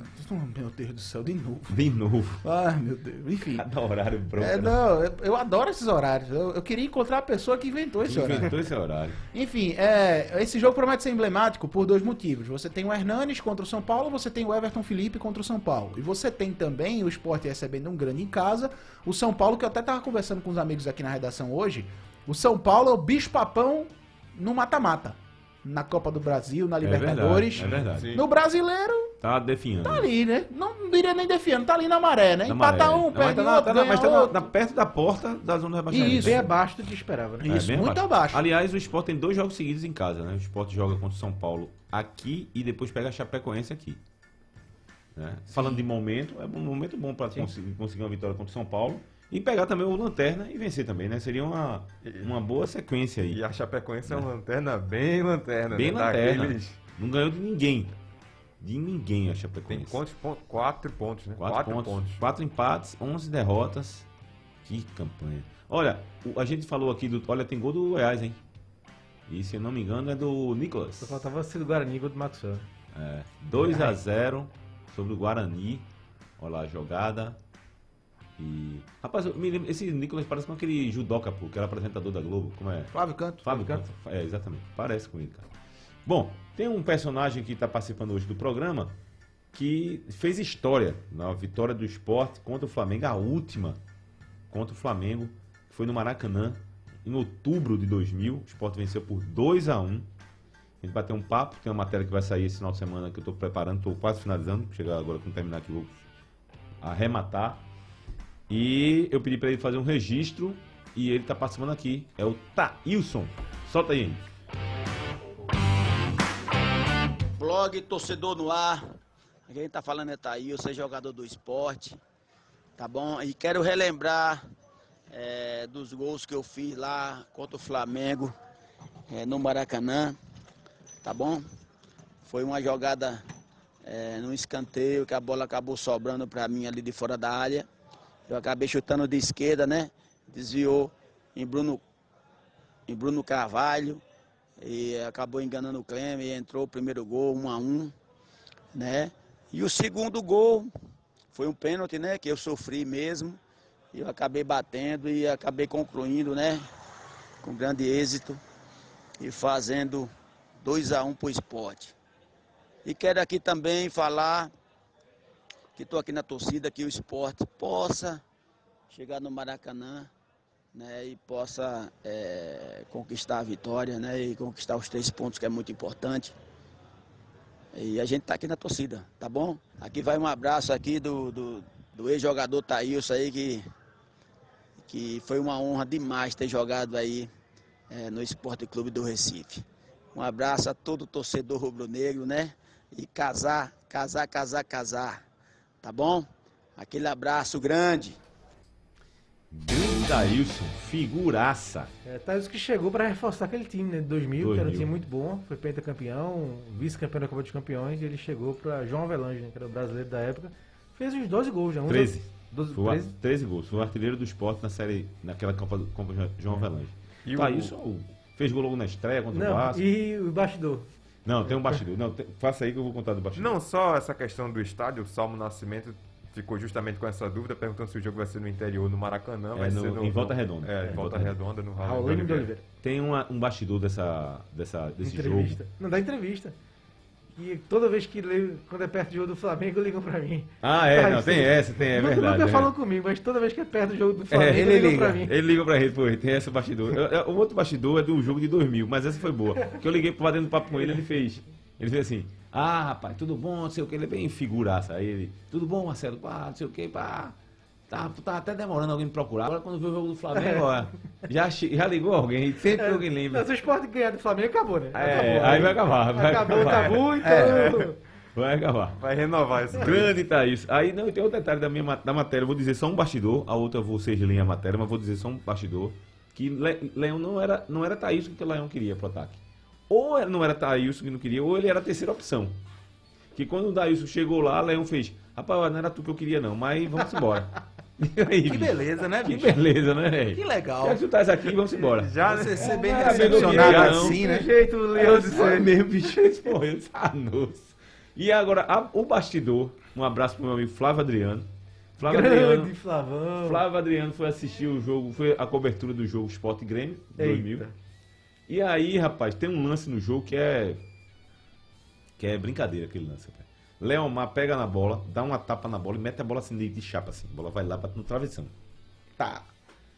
S5: Meu Deus do céu, de novo.
S3: De novo.
S5: Ai, meu Deus. Enfim.
S3: Cada horário bronca.
S5: É,
S3: né?
S5: não, eu, eu adoro esses horários. Eu, eu queria encontrar a pessoa que inventou esse horário.
S3: Inventou esse horário.
S5: Enfim, é, esse jogo promete ser emblemático por dois motivos. Você tem o Hernanes contra o São Paulo, você tem o Everton Felipe contra o São Paulo. E você tem também o Sport recebendo um grande em casa. O São Paulo, que eu até tava conversando com os amigos aqui na redação hoje, o São Paulo é o bicho-papão no mata-mata. Na Copa do Brasil, na
S3: É verdade,
S5: Libertadores.
S3: É verdade.
S4: Sim.
S5: No brasileiro,
S3: Tá definhando.
S5: tá ali, né? Não, não diria nem defiando, tá ali na maré, né?
S3: Na
S5: Empata
S3: maré.
S5: um,
S3: Não, mas
S5: perde
S3: tá,
S5: o
S3: na-
S5: outro,
S3: tá na-
S5: ganha
S3: mas tá na-
S5: outro.
S3: na- perto da porta da zona do rebaixamento.
S5: Isso.
S6: Bem
S3: É,
S6: abaixo do que esperava, né?
S3: bem
S5: Isso, muito abaixo.
S3: Aliás, o Sport tem dois jogos seguidos em casa, né? O Sport joga contra o São Paulo aqui e depois pega a Chapecoense aqui. né? Falando de momento, é um momento bom pra conseguir, conseguir uma vitória contra o São Paulo e pegar também o Lanterna e vencer também, né? Seria uma, uma boa sequência aí.
S4: E a Chapecoense é uma lanterna bem lanterna,
S3: Bem
S4: né?
S3: lanterna.
S4: Daqueles-
S3: Não ganhou de ninguém. De ninguém a
S4: Tem
S3: Chapecoense.
S4: quantos pontos? Quatro pontos, né?
S3: Quatro, pontos, Quatro empates, 11 derrotas. Que campanha. Olha, o- a gente falou aqui do. Olha, tem gol do Goiás, hein? E se eu não me engano é do Nicolas.
S6: Só faltava ser do Guarani igual do Maxwell.
S3: 2 a 0 sobre o Guarani. Olha lá a jogada. E. Rapaz, eu me lembro, esse Nicolas parece com aquele judoca, pô, que era apresentador da Globo. Como é?
S5: Flávio Canto.
S3: Fábio Canto. É, exatamente. Parece com ele, cara. Bom, tem um personagem que está participando hoje do programa que fez história na vitória do esporte contra o Flamengo, a última contra o Flamengo, que foi no Maracanã, em outubro de 2000. O esporte venceu por 2 a 1 A gente bateu um papo, tem uma matéria que vai sair esse final de semana que eu estou preparando, estou quase finalizando, chegar agora quando terminar aqui eu vou arrematar. E eu pedi para ele fazer um registro e ele tá participando aqui. É o Taílson. Solta aí. Henrique.
S8: Blog Torcedor no Ar. Quem tá falando é Thaís, eu jogador do esporte. Tá bom? E quero relembrar eh, dos gols que eu fiz lá contra o Flamengo eh, no Maracanã. Tá bom? Foi uma jogada eh, num escanteio que a bola acabou sobrando pra mim ali de fora da área. Eu acabei chutando de esquerda, né? Desviou em Bruno, em Bruno Carvalho e acabou enganando o Clem e entrou o primeiro gol, 1 a 1 né? E o segundo gol foi um pênalti, né, que eu sofri mesmo. Eu acabei batendo e acabei concluindo, né, com grande êxito e fazendo 2 a 1 para o esporte. E quero aqui também falar que estou aqui na torcida que o esporte possa chegar no Maracanã né, e possa eh, conquistar a vitória né, e conquistar os três pontos, que é muito importante. E a gente está aqui na torcida, tá bom? Aqui vai um abraço aqui do, do, do ex-jogador Thailson aí, que, que foi uma honra demais ter jogado aí eh, no Esporte Clube do Recife. Um abraço a todo torcedor rubro-negro, né? E casar, casar, casar, casar, tá bom? Aquele abraço grande.
S3: Grande Taílson, figuraça.
S6: É, Thales que chegou para reforçar aquele time, né? De 2000, que era um
S3: 2000.
S6: time muito bom, foi pentacampeão, vice-campeão da Copa dos Campeões, e ele chegou para João Avelange, né? Que era o brasileiro da época. Fez uns 12 gols, né? Uns
S3: 13.
S6: 12,
S3: Foi
S6: 13.
S3: 13? gols. Foi o artilheiro do esporte na série, naquela Copa, do- Copa João Avelange.
S4: E
S3: E
S4: o-
S3: Taílson fez gol logo na estreia contra o
S6: É. Não,
S3: Vasco.
S6: e o bastidor.
S3: Não, tem um bastidor. Não, tem- faça aí que eu vou contar do bastidor.
S4: Não só essa questão do estádio, o Salmo Nascimento ficou justamente com essa dúvida, perguntando se o jogo vai ser no interior, no Maracanã,
S3: É,
S4: vai
S3: no-
S4: ser no,
S3: em Volta
S4: no-
S3: Redonda.
S4: É, em Volta Redonda, no Raul
S6: Raulino de
S4: de
S6: Oliveira.
S3: Tem uma- um bastidor dessa, dessa, desse jogo.
S6: entrevista. Não, dá entrevista. E toda vez que leio, quando é perto do jogo do Flamengo, (laughs) ligam pra mim.
S3: Ah, é, não,
S6: Taílson.
S3: tem essa, tem, é
S6: Nunca-
S3: verdade.
S6: Nunca
S3: é
S6: falam comigo, mas toda vez que é perto do jogo do
S3: É,
S6: Flamengo,
S5: ele
S6: ligam
S5: liga.
S6: pra mim.
S3: Ele liga pra gente, pô, tem essa bastidor. Eu- eu- O outro bastidor é do jogo de 2000, mas essa foi boa. Que eu liguei pro dentro do papo com ele, ele fez. Ele fez assim: Ah, rapaz, tudo bom, não sei o que. Ele é bem figuraça. Aí ele: Tudo bom, Marcelo? Pá, não sei o que, pá. Tava, tava até demorando alguém me procurar. Agora quando viu o jogo do Flamengo,
S6: (laughs)
S3: ó, já, che- já ligou alguém, sempre alguém
S6: Não, (laughs)
S3: lembra.
S6: se o esporte ganhar do Flamengo, acabou, né?
S3: É,
S6: acabou,
S3: aí vai acabar, vai
S6: acabou o
S3: acabar. É,
S6: tabu, então.
S3: Vai acabar.
S4: Vai renovar esse
S3: Grande, Thaís. Aí não, tem outro detalhe da minha ma- da matéria. Eu vou dizer só um bastidor, a outra vocês leem a matéria, mas vou dizer só um bastidor. Que Le- Leão não era, não era Thaís que o Leão queria pro ataque. Ou era- não era Thaís que não queria, ou ele era a terceira opção. Que quando o Daílson chegou lá, Leão fez: Rapaz, não era tu que eu queria, não, mas vamos embora. (laughs) E aí,
S5: Que
S3: bicho?
S5: beleza, né,
S3: Que
S5: bicho?
S3: beleza, né, velho?
S5: Que
S3: Já
S5: legal.
S3: que tu estás aqui, vamos embora.
S4: Já, né?
S5: Você ser bem
S3: Ah,
S5: recepcionado
S3: Leão.
S5: assim, né?
S6: Que jeito, Leão, de
S3: Foi
S6: ser.
S3: mesmo, bicho, eles morreram, Sanoso. E agora, a- o bastidor. Um abraço pro meu amigo Flávio Adriano. Flávio
S6: Grande
S3: Adriano.
S6: Flavão.
S3: Flávio Adriano foi assistir o jogo, foi a cobertura do jogo Sport e Grêmio, 2000.
S6: Eita.
S3: E aí, rapaz, tem um lance no jogo que é. Que é brincadeira aquele lance, rapaz. Leomar pega na bola, dá uma tapa na bola e mete a bola assim de, de chapa, assim. A bola vai lá, bate no travessão.
S5: Tá.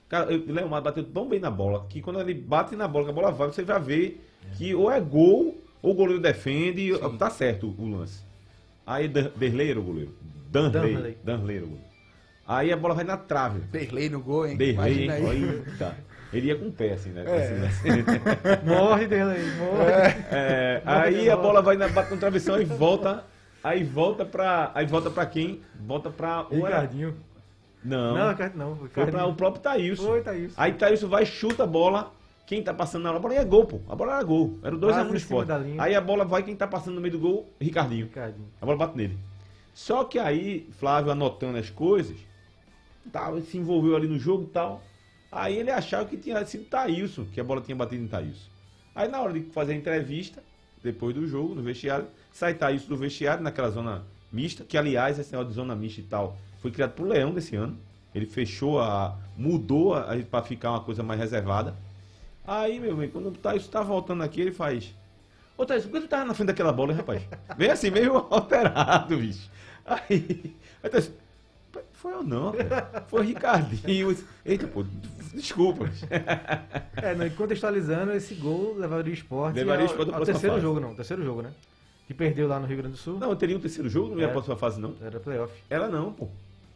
S3: Cara, o Leomar bateu tão bem na bola que quando ele bate na bola, que a bola vai, você vai ver que ou é gol, ou o goleiro defende, tá certo o lance. Aí Dan- Derlei era o goleiro. Danley.
S6: Danley.
S3: Danley era o goleiro. Aí a bola vai na trave.
S5: Berlei no gol, hein?
S3: Derlei,
S5: Imagina aí.
S3: olha, tá. Ele ia com o pé, assim, né? Assim, né?
S6: Morre dele aí, morre.
S3: É, aí a bola vai na, bate no travessão e volta. Aí volta pra. Aí volta pra quem? Volta pra. ou era-
S6: Ricardinho.
S3: Não.
S6: Não, Ricardo não. Ricardo.
S3: Foi pra o próprio Thaís.
S6: Foi, tá Thaís.
S3: Aí Thailson vai, chuta a bola. Quem tá passando na bola e é gol, pô. A bola era gol. Era o 2 a 1
S6: Quase
S3: do
S6: em cima
S3: esporte.
S6: da linha.
S3: Aí a bola vai, quem tá passando no meio do gol, Ricardinho.
S6: Ricardinho.
S3: A bola bate nele. Só que aí, Flávio anotando as coisas, tal, se envolveu ali no jogo e tal. Aí ele achava que tinha sido Thailson, que a bola tinha batido em Thailson. Aí na hora de fazer a entrevista, depois do jogo, no vestiário, sai Thailson do vestiário, naquela zona mista, que aliás, esse negócio de zona mista e tal, foi criado pro Leão desse ano. Ele fechou a. mudou a, pra ficar uma coisa mais reservada. Aí, meu bem, quando o Thailson tá voltando aqui, ele faz. Ô, Thaís, por que tu tava na frente daquela bola, hein, rapaz? Vem assim, meio alterado, bicho. Aí, aí Thaís, "Pô, foi eu não, cara. Foi Ricardinho. Eita, pô, desculpa. bicho.
S6: É, não, e contextualizando, esse gol levaria o esporte.
S3: Levaria o
S6: ao-
S3: esporte à
S6: ao
S3: próxima
S6: terceiro
S3: fase.
S6: jogo, não. Terceiro jogo, né? Que perdeu lá no Rio Grande do Sul.
S3: Não, teria um terceiro jogo, não ia
S6: É.
S3: pra sua fase, não.
S6: Era playoff.
S3: Ela não, pô.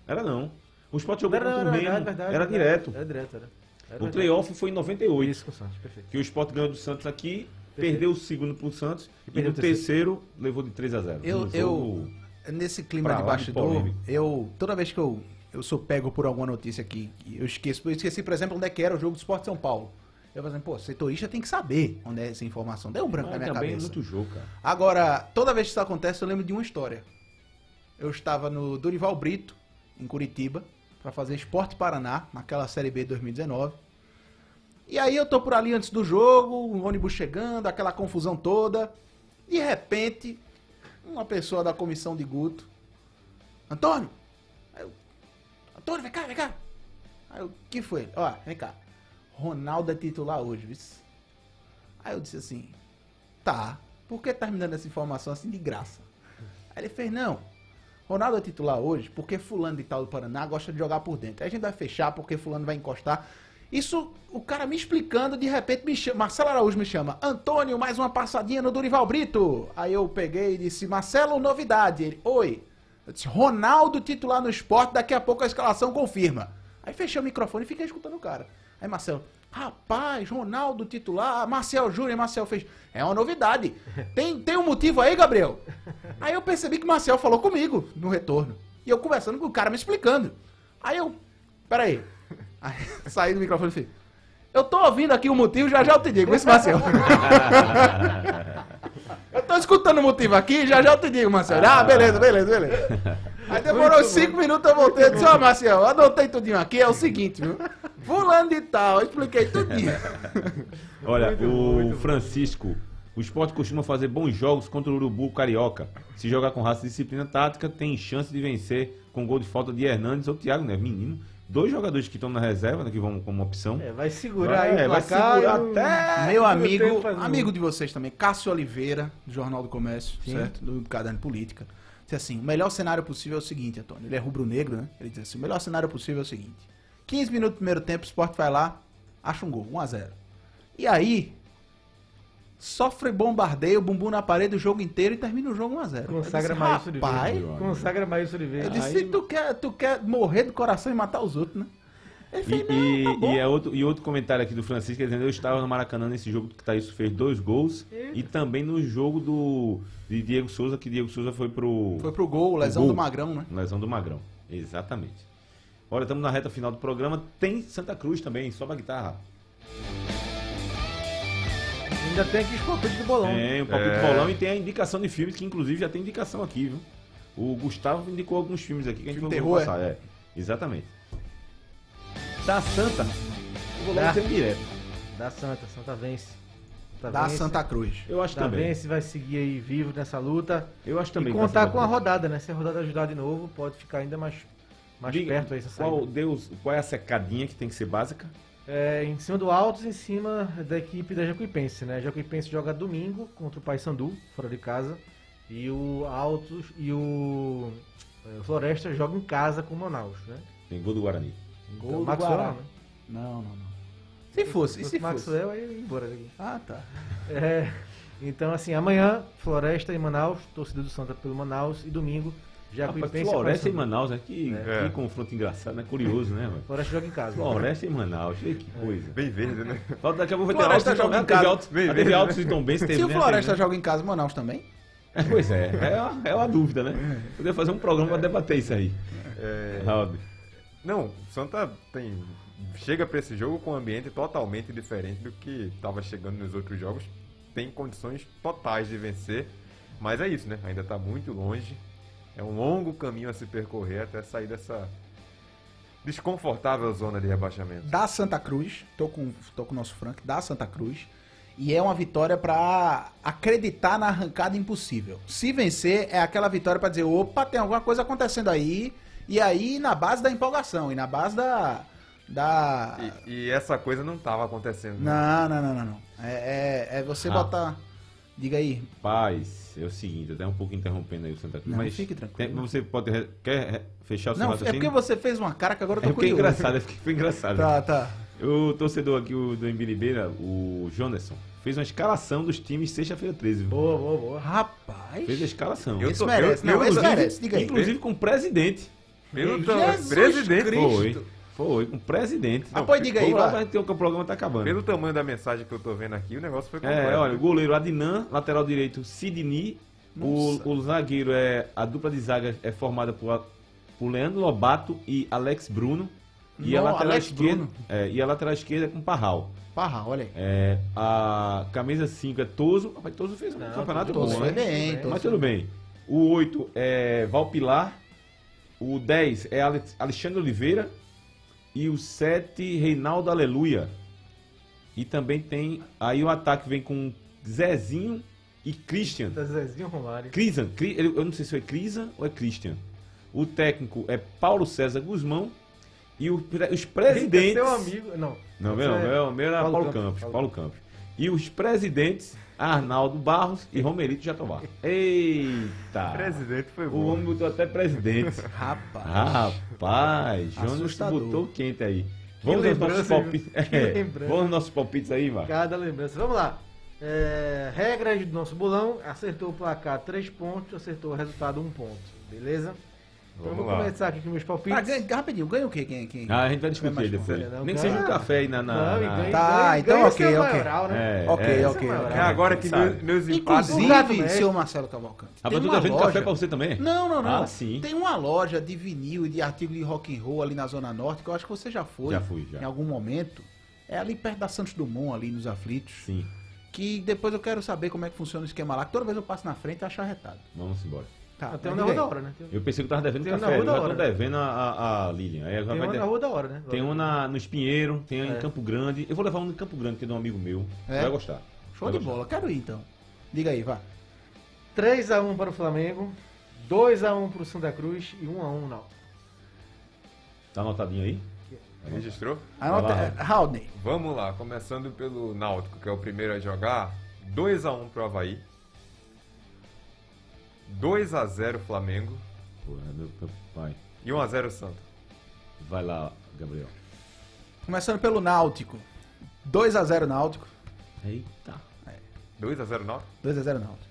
S3: Ela não. O Sport jogou contra o Remo. Era, direto.
S6: Era direto, era. Era
S3: O
S6: direto.
S3: playoff foi em 98.
S6: Isso, com o Santos, perfeito.
S3: Que o Sport ganhou do Santos aqui,
S6: Perfeito.
S3: perdeu o segundo pro Santos e,
S6: perdeu
S3: no
S6: o
S3: terceiro. levou de 3 a 0
S5: Eu-
S3: Um
S5: eu-
S3: jogo-
S5: Nesse clima
S3: Pra
S5: de
S3: lá de
S5: bastidor,
S3: polêmica.
S5: eu. Toda vez que eu, eu sou pego por alguma notícia aqui, eu esqueço. Eu esqueci, por exemplo, onde é que era o jogo do Esporte São Paulo. Eu falei, assim, pô, setorista tem que saber onde é essa informação. Deu um branco
S3: Mas
S5: na minha
S3: também
S5: cabeça.
S3: é muito jogo, cara.
S5: Agora, toda vez que isso acontece, eu lembro de uma história. Eu estava no Dorival Brito, em Curitiba, para fazer Esporte Paraná, naquela Série B 2019. E aí eu tô por ali antes do jogo, o ônibus chegando, aquela confusão toda. De repente, uma pessoa da comissão de Guto. Antônio! Aí eu, Antônio, vem cá, vem cá! Aí o que foi? Ó, vem cá. Ronaldo é titular hoje, viu? Aí eu disse assim, Tá. Por que tá me dando essa informação assim de graça? Aí ele fez, não. Ronaldo é titular hoje porque fulano de tal do Paraná gosta de jogar por dentro. Aí a gente vai fechar porque fulano vai encostar. Isso, o cara me explicando, de repente me chama, Marcelo Araújo me chama, Antônio, mais uma passadinha no Dorival Brito. Aí eu peguei e disse, Marcelo, novidade. Ele, oi. Eu disse, Ronaldo titular no esporte, daqui a pouco a escalação confirma. Aí fechei o microfone e fiquei escutando o cara. Aí Marcelo, rapaz, Ronaldo titular, Marcel Júnior, Marcel fez. É uma novidade. Tem, tem um motivo aí, Gabriel? Aí eu percebi que Marcel falou comigo no retorno. E eu conversando com o cara, me explicando. Aí eu, peraí. Aí (laughs) saí do microfone e falei, eu tô ouvindo aqui o motivo, já já eu te digo, isso, Marcel. eu tô escutando o motivo aqui, já já eu te digo, Marcel. Ah, beleza, beleza, beleza. Aí demorou cinco minutos, eu voltei e disse, ó, Marcel, anotei tudinho aqui, é o seguinte, viu? Fulano de tal, eu expliquei tudinho.
S3: Olha, o Francisco, o esporte costuma fazer bons jogos contra o Urubu Carioca. Se jogar com raça e disciplina tática, tem chance de vencer com gol de falta de Hernandes ou Thiago, né? Menino. Dois jogadores que estão na reserva, né, que vão como opção.
S6: É, vai segurar aí
S3: É,
S6: o
S3: vai
S6: placar.
S3: segurar
S6: e o-
S3: até-
S5: Meu
S6: Não tem o
S5: amigo,
S6: que
S3: um-
S6: fazer.
S5: amigo de vocês também, Cássio Oliveira, do Jornal do Comércio, certo? Do Caderno Política. Disse assim: o melhor cenário possível é o seguinte, Antônio. Ele é rubro-negro, né? Ele diz assim: o melhor cenário possível é o seguinte: 15 minutos do primeiro tempo, o Sport vai lá, acha um gol, 1x0. E aí, Sofre bombardeio, bumbum na parede o jogo inteiro e termina o jogo 1x0.
S6: Consagra
S5: mais
S6: Maílson
S5: Rapaz,
S6: Oliveira. Consagra Maílson
S5: eu
S6: Oliveira.
S5: disse, se tu quer, tu quer morrer do coração e matar os outros, né? Ele
S3: E,
S5: fez, não,
S3: e-
S5: tá bom.
S3: e é outro, e outro comentário aqui do Francisco dizendo: Eu estava no Maracanã nesse jogo que o Thaís fez dois gols. E também no jogo do de Diego Souza, que Diego Souza foi pro.
S5: Foi pro gol, lesão
S3: Gol.
S5: do Magrão, né?
S3: Lesão do Magrão. Exatamente. Olha, estamos na reta final do programa. Tem Santa Cruz também, sobe a guitarra.
S6: Ainda tem aqui os palpites do bolão. né?
S3: Tem o palpite
S4: É.
S3: bolão e tem a indicação de filmes, que inclusive já tem indicação aqui, viu? O Gustavo indicou alguns filmes aqui que a gente
S5: Filme
S3: não vai
S5: terror,
S3: passar. É. Exatamente. Da Santa. Eu vou lá
S6: Tá.
S3: dizer direto.
S6: Da Santa, Santa vence. Santa
S5: Da
S6: vence.
S5: Santa Cruz.
S3: Eu acho
S6: Santa
S3: também.
S6: vence, vai seguir aí vivo nessa luta.
S3: Eu acho também.
S6: Tá e
S3: que
S6: contar
S3: da Santa
S6: com a
S3: vence.
S6: rodada, né? Se a rodada ajudar de novo, pode ficar ainda mais, mais
S3: Diga,
S6: perto aí essa saída.
S3: qual, Deus, qual é a secadinha que tem que ser básica?
S6: É, em cima do Altos, em cima da equipe da Jacuipense, né? Jacuipense joga domingo contra o Paysandu, fora de casa, e o Altos e o é, o Floresta joga em casa com o Manaus, né?
S3: Tem gol do Guarani.
S5: Gol
S6: Então,
S5: do
S6: Maxwell,
S5: Guará.
S6: né?
S5: Não, não, não. Se fosse, e se fosse?
S6: Maxwell aí eu ia embora daqui.
S5: Ah, tá.
S6: É, então assim, amanhã Floresta e Manaus, torcida do Santa pelo Manaus e domingo
S3: Rapaz,
S6: Jacuipense
S3: Floresta e
S6: Paysandu.
S3: Manaus, né? Que,
S4: É.
S3: que confronto engraçado, né? Curioso, né? mano?
S6: Floresta joga em casa.
S3: Floresta e Manaus, que coisa.
S4: Bem verde, né?
S3: Falta daqui a pouco vai ter
S5: Floresta
S3: Altos
S5: joga
S3: jogar,
S5: em casa.
S3: teve Altos,
S4: Vem,
S3: ah, teve
S4: vem.
S3: Altos e Tom Benz, teve,
S5: Se o
S3: né?
S5: Floresta
S3: Teve,
S5: joga em casa, Manaus também?
S3: né? Pois é, é uma, é uma dúvida, né? Poder fazer um programa pra debater isso aí.
S4: É,
S3: Raul.
S4: Não, o Santa tem chega pra esse jogo com um ambiente totalmente diferente do que tava chegando nos outros jogos. Tem condições totais de vencer, mas é isso, né? Ainda tá muito longe. É um longo caminho a se percorrer até sair dessa desconfortável zona de rebaixamento.
S5: da Santa Cruz, tô com, tô com o nosso Frank, da Santa Cruz. E é uma vitória pra acreditar na arrancada impossível. Se vencer, é aquela vitória pra dizer, opa, tem alguma coisa acontecendo aí. E aí, na base da empolgação, e na base da. da...
S4: E, e essa coisa não tava acontecendo. né?
S5: Não, não, não, não, não. É, é, é você
S3: Ah.
S5: botar. Diga aí.
S3: Rapaz, é o seguinte, até um pouco interrompendo aí o Santa Cruz.
S5: Não,
S3: mas
S5: fique tranquilo.
S3: tem- você pode. re- Quer re- fechar o seu
S5: Não, é
S3: raciocínio?
S5: porque você fez uma cara que agora eu
S3: assim? É
S5: tô
S3: porque é
S5: curioso.
S3: engraçado, é porque foi engraçado.
S5: Tá, tá.
S3: O torcedor aqui o do Embiribeira, o Jonerson, fez uma escalação dos times sexta-feira 13. viu?
S6: Boa, boa, boa.
S5: Rapaz.
S3: Fez a escalação.
S4: Eu
S5: Esse
S4: tô-
S5: merece.
S4: eu-
S5: Não,
S4: eu-
S5: esse
S3: inclusive-
S5: merece. Diga aí.
S3: Inclusive com o presidente.
S4: Pelo
S6: Jesus
S4: tamanho, presidente,
S3: Foi. Foi, com o presidente.
S5: Ah, pois diga aí,
S3: Vamos lá,
S5: vai.
S3: vai ter o que o programa tá acabando.
S4: pelo tamanho da mensagem que eu tô vendo aqui, o negócio foi completo.
S3: É, olha, o goleiro Adnan, lateral direito Sidney. O,
S5: Nossa.
S3: o zagueiro é. A dupla de zaga é formada por, a- por Leandro Lobato e Alex Bruno. E a
S5: Não,
S3: lateral
S5: Alex
S3: esquerda.
S5: Bruno.
S3: É, e a lateral esquerda é com Parral.
S5: Parra, olha aí.
S3: É, a camisa 5 é Toso. Rapaz, Toso fez um
S6: Não, é
S3: campeonato
S5: Todos
S3: bom,
S5: foi
S3: né?
S5: bem,
S6: Mas
S5: todos
S3: Mas tudo bem. O 8 é Valpilar. O 10 é Ale- Alexandre Oliveira. E o 7, Reinaldo Aleluia. E também tem. Aí o ataque vem com Zezinho e Christian.
S6: Tá Zezinho Romário.
S3: Crisan, Cri- ele- eu não sei se é Crisan ou é Christian. O técnico é Paulo César Guzmão. E o pre- os presidentes.
S6: é Seu amigo. Não.
S3: Não,
S6: Esse
S3: meu,
S6: é-
S3: meu, meu era
S6: Paulo
S3: Paulo
S6: Campos,
S3: Campos,
S6: Paulo
S3: Paulo Campos. E os presidentes, Arnaldo Barros e Romerito Jatobá. Eita!
S4: Presidente foi
S3: O
S4: bom.
S3: homem botou até presidente.
S5: Rapaz.
S3: Ah, Rapaz, Jonas
S5: Assustador.
S3: botou quente aí. Vamos aos
S6: lembrança,
S3: nossos
S6: viu?
S3: palpites. (laughs)
S6: Que
S3: É,
S6: lembrança.
S3: vamos aos nossos palpites aí, Marcos.
S6: Cada lembrança. Vamos lá. É, regras do nosso bolão. Acertou o placar 3 pontos, acertou o resultado 1 ponto. Beleza? Então
S4: Vamos
S6: vou
S4: lá.
S6: começar aqui com meus palpites.
S5: Ah, ganha, rapidinho, ganha o quê? Quem, quem?
S3: Ah, a gente vai discutir aí depois.
S6: Não,
S3: Nem que
S6: ganha.
S3: seja um café aí na. na,
S6: Não, e
S3: na-
S6: ganha-
S5: Tá,
S6: ganha-
S5: então
S6: ganha o
S5: ok,
S6: que é
S5: ok.
S6: maioral, né?
S3: É,
S5: Ok,
S3: é.
S5: ok.
S6: Essa é a
S4: É
S6: maior.
S4: agora que
S3: Sabe.
S4: meus, meus empates.
S5: Inclusive,
S6: Inclusive,
S5: seu Marcelo Cavalcante.
S3: Ah,
S5: tem
S3: mas eu
S5: uma
S3: tô devendo
S5: loja-
S3: café pra você também?
S5: Não, não, não.
S3: Ah, sim.
S5: Tem uma loja de vinil e de artigo de rock and roll ali na Zona Norte, que eu acho que você já foi.
S3: Já fui, já.
S5: Em algum momento. É ali perto da Santos Dumont, ali nos aflitos.
S3: Sim,
S5: Que depois eu quero saber como é que funciona o esquema lá. Que toda vez eu passo na frente e acho arretado.
S3: vamos embora.
S5: Tá,
S6: Até
S3: um
S5: mas
S6: o na
S5: diga
S6: rua da
S5: aí.
S6: hora, né? Tem
S3: Eu pensei que eu tava devendo
S6: Tem um na
S3: café,
S6: Rua
S3: eu
S6: da
S3: já tô
S6: Hora.
S3: devendo a, a, a Lilian. Aí agora
S6: tem
S3: vai
S6: uma
S3: ter-
S6: na rua da hora, né?
S3: Tem um na, no Espinheiro, tem um
S6: É.
S3: em Campo Grande. Eu vou levar um em Campo Grande, que é de um amigo meu.
S5: É?
S3: Vai gostar.
S5: Show
S3: Vai
S5: de
S3: gostar.
S5: bola. Quero ir então. Diga aí, vá.
S6: 3x1 para o Flamengo, 2x1 para o Santa Cruz e 1x1 Náutico.
S3: Tá anotadinho aí?
S4: Registrou?
S5: Anota...
S3: lá.
S5: é, Haldney.
S4: Vamos lá, começando pelo Náutico, que é o primeiro a jogar. 2x1 pro Havaí. 2x0 Flamengo.
S3: Porra, é meu meu pai.
S4: E 1x0 Santos.
S3: Vai lá, Gabriel.
S5: Começando pelo Náutico. 2x0 Náutico.
S3: Eita.
S4: 2x0 Náutico?
S5: 2x0 Náutico.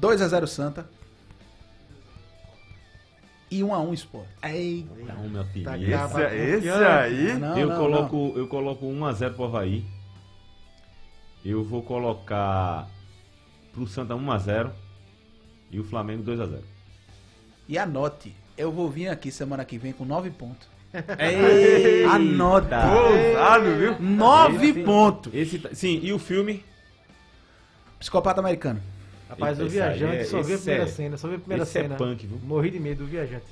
S5: 2x0 Santa. E 1x1 Sport.
S3: Eita, um, meu
S5: Tá
S3: apelido.
S5: cá,
S4: Esse, é-
S5: vai
S4: esse
S5: confiante. né?
S4: aí.
S5: Não,
S3: eu,
S5: não,
S3: coloco, eu coloco 1x0 pro Havaí. Eu vou colocar pro Santa 1x0 e o Flamengo 2x0.
S5: não. E anote. Eu vou vir aqui semana que vem com 9 pontos.
S3: Ei!
S5: Ah, Anota.
S4: Ousado, viu?
S5: 9 pontos.
S3: Esse, tá- sim, e o filme?
S5: Psicopata americano.
S6: Rapaz, o
S3: Esse aí
S6: viajante
S3: é-
S6: só vi a
S3: esse
S6: primeira
S3: é-
S6: cena, só vi a primeira
S3: esse é
S6: cena.
S3: punk, viu?
S6: Morri de medo do viajante.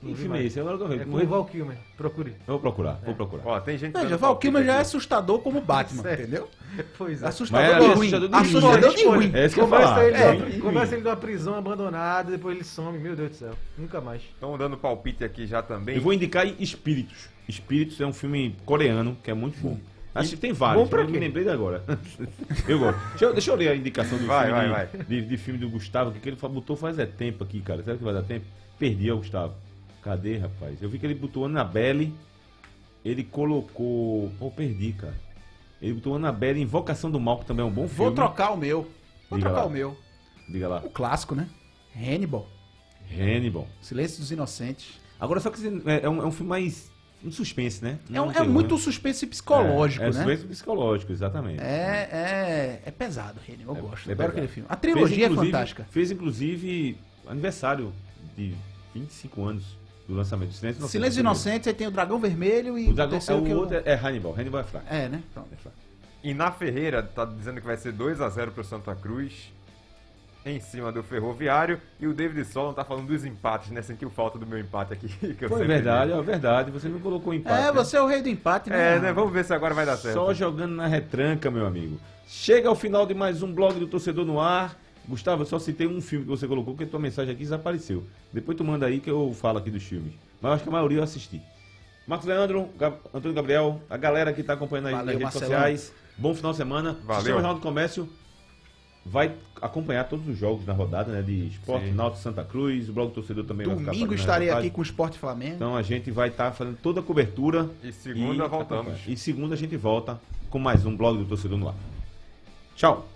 S3: Que
S6: Não vi
S3: filme é
S6: mais.
S3: esse? Agora que eu vi.
S6: É com o
S3: Morri-
S6: Val Kilmer,
S3: (laughs)
S6: procure.
S3: Eu vou procurar, vou procurar.
S4: Ó, tem gente.
S5: Veja,
S4: dando
S5: Val Kilmer já é
S4: palpite
S5: assustador como Batman,
S6: Sério.
S5: entendeu?
S6: Pois é.
S5: Assustador
S3: Mas
S5: de
S3: é
S5: ruim.
S3: assustador de ruim,
S5: Assustador de
S6: né?
S5: ruim.
S3: É isso que eu ia
S6: Começa
S3: falar.
S6: ele,
S3: É,
S6: da-
S3: ruim.
S6: começa ele da prisão abandonada, depois ele some, meu Deus do céu. Nunca mais.
S4: aqui. Estão dando palpite aqui já também.
S3: Eu vou indicar Espíritos. Espíritos é um filme coreano que é muito bom. Acho que tem vários,
S6: Bom pra
S3: eu me
S6: quê?
S3: lembrei de agora. (laughs) Eu gosto. Deixa eu, deixa eu ler a indicação do
S4: Vai,
S3: filme,
S4: vai,
S3: de, de- de filme do Gustavo, que, que ele fa- botou faz é tempo aqui, cara. Será que vai dar tempo? Perdi ó, Gustavo. Cadê, rapaz? Eu vi que ele botou Annabelle. Ele colocou. Pô, perdi, cara. Ele botou Annabelle Invocação do Mal, que também é um bom filme.
S5: Vou trocar o meu. Vou
S3: Diga
S5: trocar
S3: lá.
S5: o meu.
S3: Diga lá.
S5: O clássico, né? Hannibal.
S3: Hannibal.
S5: Silêncio dos Inocentes.
S3: Agora, só que esse é, é um, é um filme mais. Um suspense, né?
S5: É,
S3: Não
S5: um- é
S3: terror,
S5: muito
S3: né?
S5: suspense psicológico,
S3: é, é
S5: né?
S3: suspense psicológico, exatamente.
S5: É, é, é pesado, Hannibal. Eu gosto.
S3: é pesado.
S5: adoro aquele filme. A
S3: Fez,
S5: trilogia é
S3: inclusive-
S5: fantástica.
S3: Fez, inclusive, aniversário de 25 anos do lançamento do Silêncio Inocente.
S5: Silêncio Inocente, aí tem o Dragão Vermelho e
S3: O, dragão, é, o
S5: eu-
S3: outro é Hannibal. Hannibal é fraco.
S5: É, né? Pronto.
S4: E na Ferreira tá dizendo que vai ser 2x0 pro Santa Cruz. Em cima do Ferroviário. E o David Solon tá falando dos empates, né? Sentiu falta do meu empate aqui. (laughs) Que eu
S3: Pô, é
S4: sempre
S3: verdade,
S4: digo.
S3: é verdade. Você não colocou empate.
S5: É, você é o rei do empate, né?
S4: É, né? Vamos ver se agora vai dar certo.
S3: Só jogando na retranca, meu amigo. Chega ao final de mais um blog do Torcedor no Ar. Gustavo, eu só citei um filme que você colocou, porque tua mensagem aqui desapareceu. Depois tu manda aí que eu falo aqui dos filmes. Mas eu acho que a maioria eu assisti. Marcos Leandro, Gab- Antônio Gabriel, a galera que tá acompanhando aí
S5: Valeu,
S3: nas redes
S5: Marcelão.
S3: sociais. Bom final de semana.
S4: Valeu.
S3: Sistema Jornal do Comércio vai acompanhar todos os jogos na rodada, né? De Esporte,
S4: Sim.
S3: Náutico, Santa Cruz. O blog do Torcedor também vai ficar
S5: Domingo
S3: fazendo a
S5: estarei aqui
S3: reportagem.
S5: com o Esporte Flamengo.
S3: Então a gente vai estar fazendo toda a cobertura.
S4: E segunda voltamos.
S3: acompanha. E segunda a gente volta com mais um blog do Torcedor no Ar. Tchau.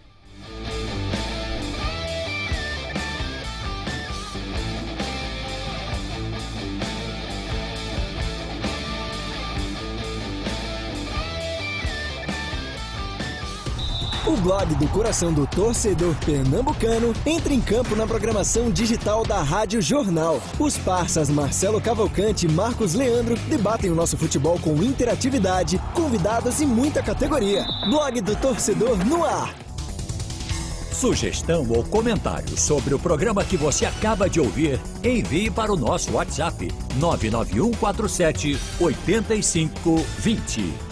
S1: O blog do coração do torcedor pernambucano entra em campo na programação digital da Rádio Jornal. Os parças Marcelo Cavalcante e Marcos Leandro debatem o nosso futebol com interatividade, convidados e muita categoria. Blog do torcedor no ar.
S2: Sugestão ou comentário sobre o programa que você acaba de ouvir, envie para um o nosso WhatsApp 99147 8520.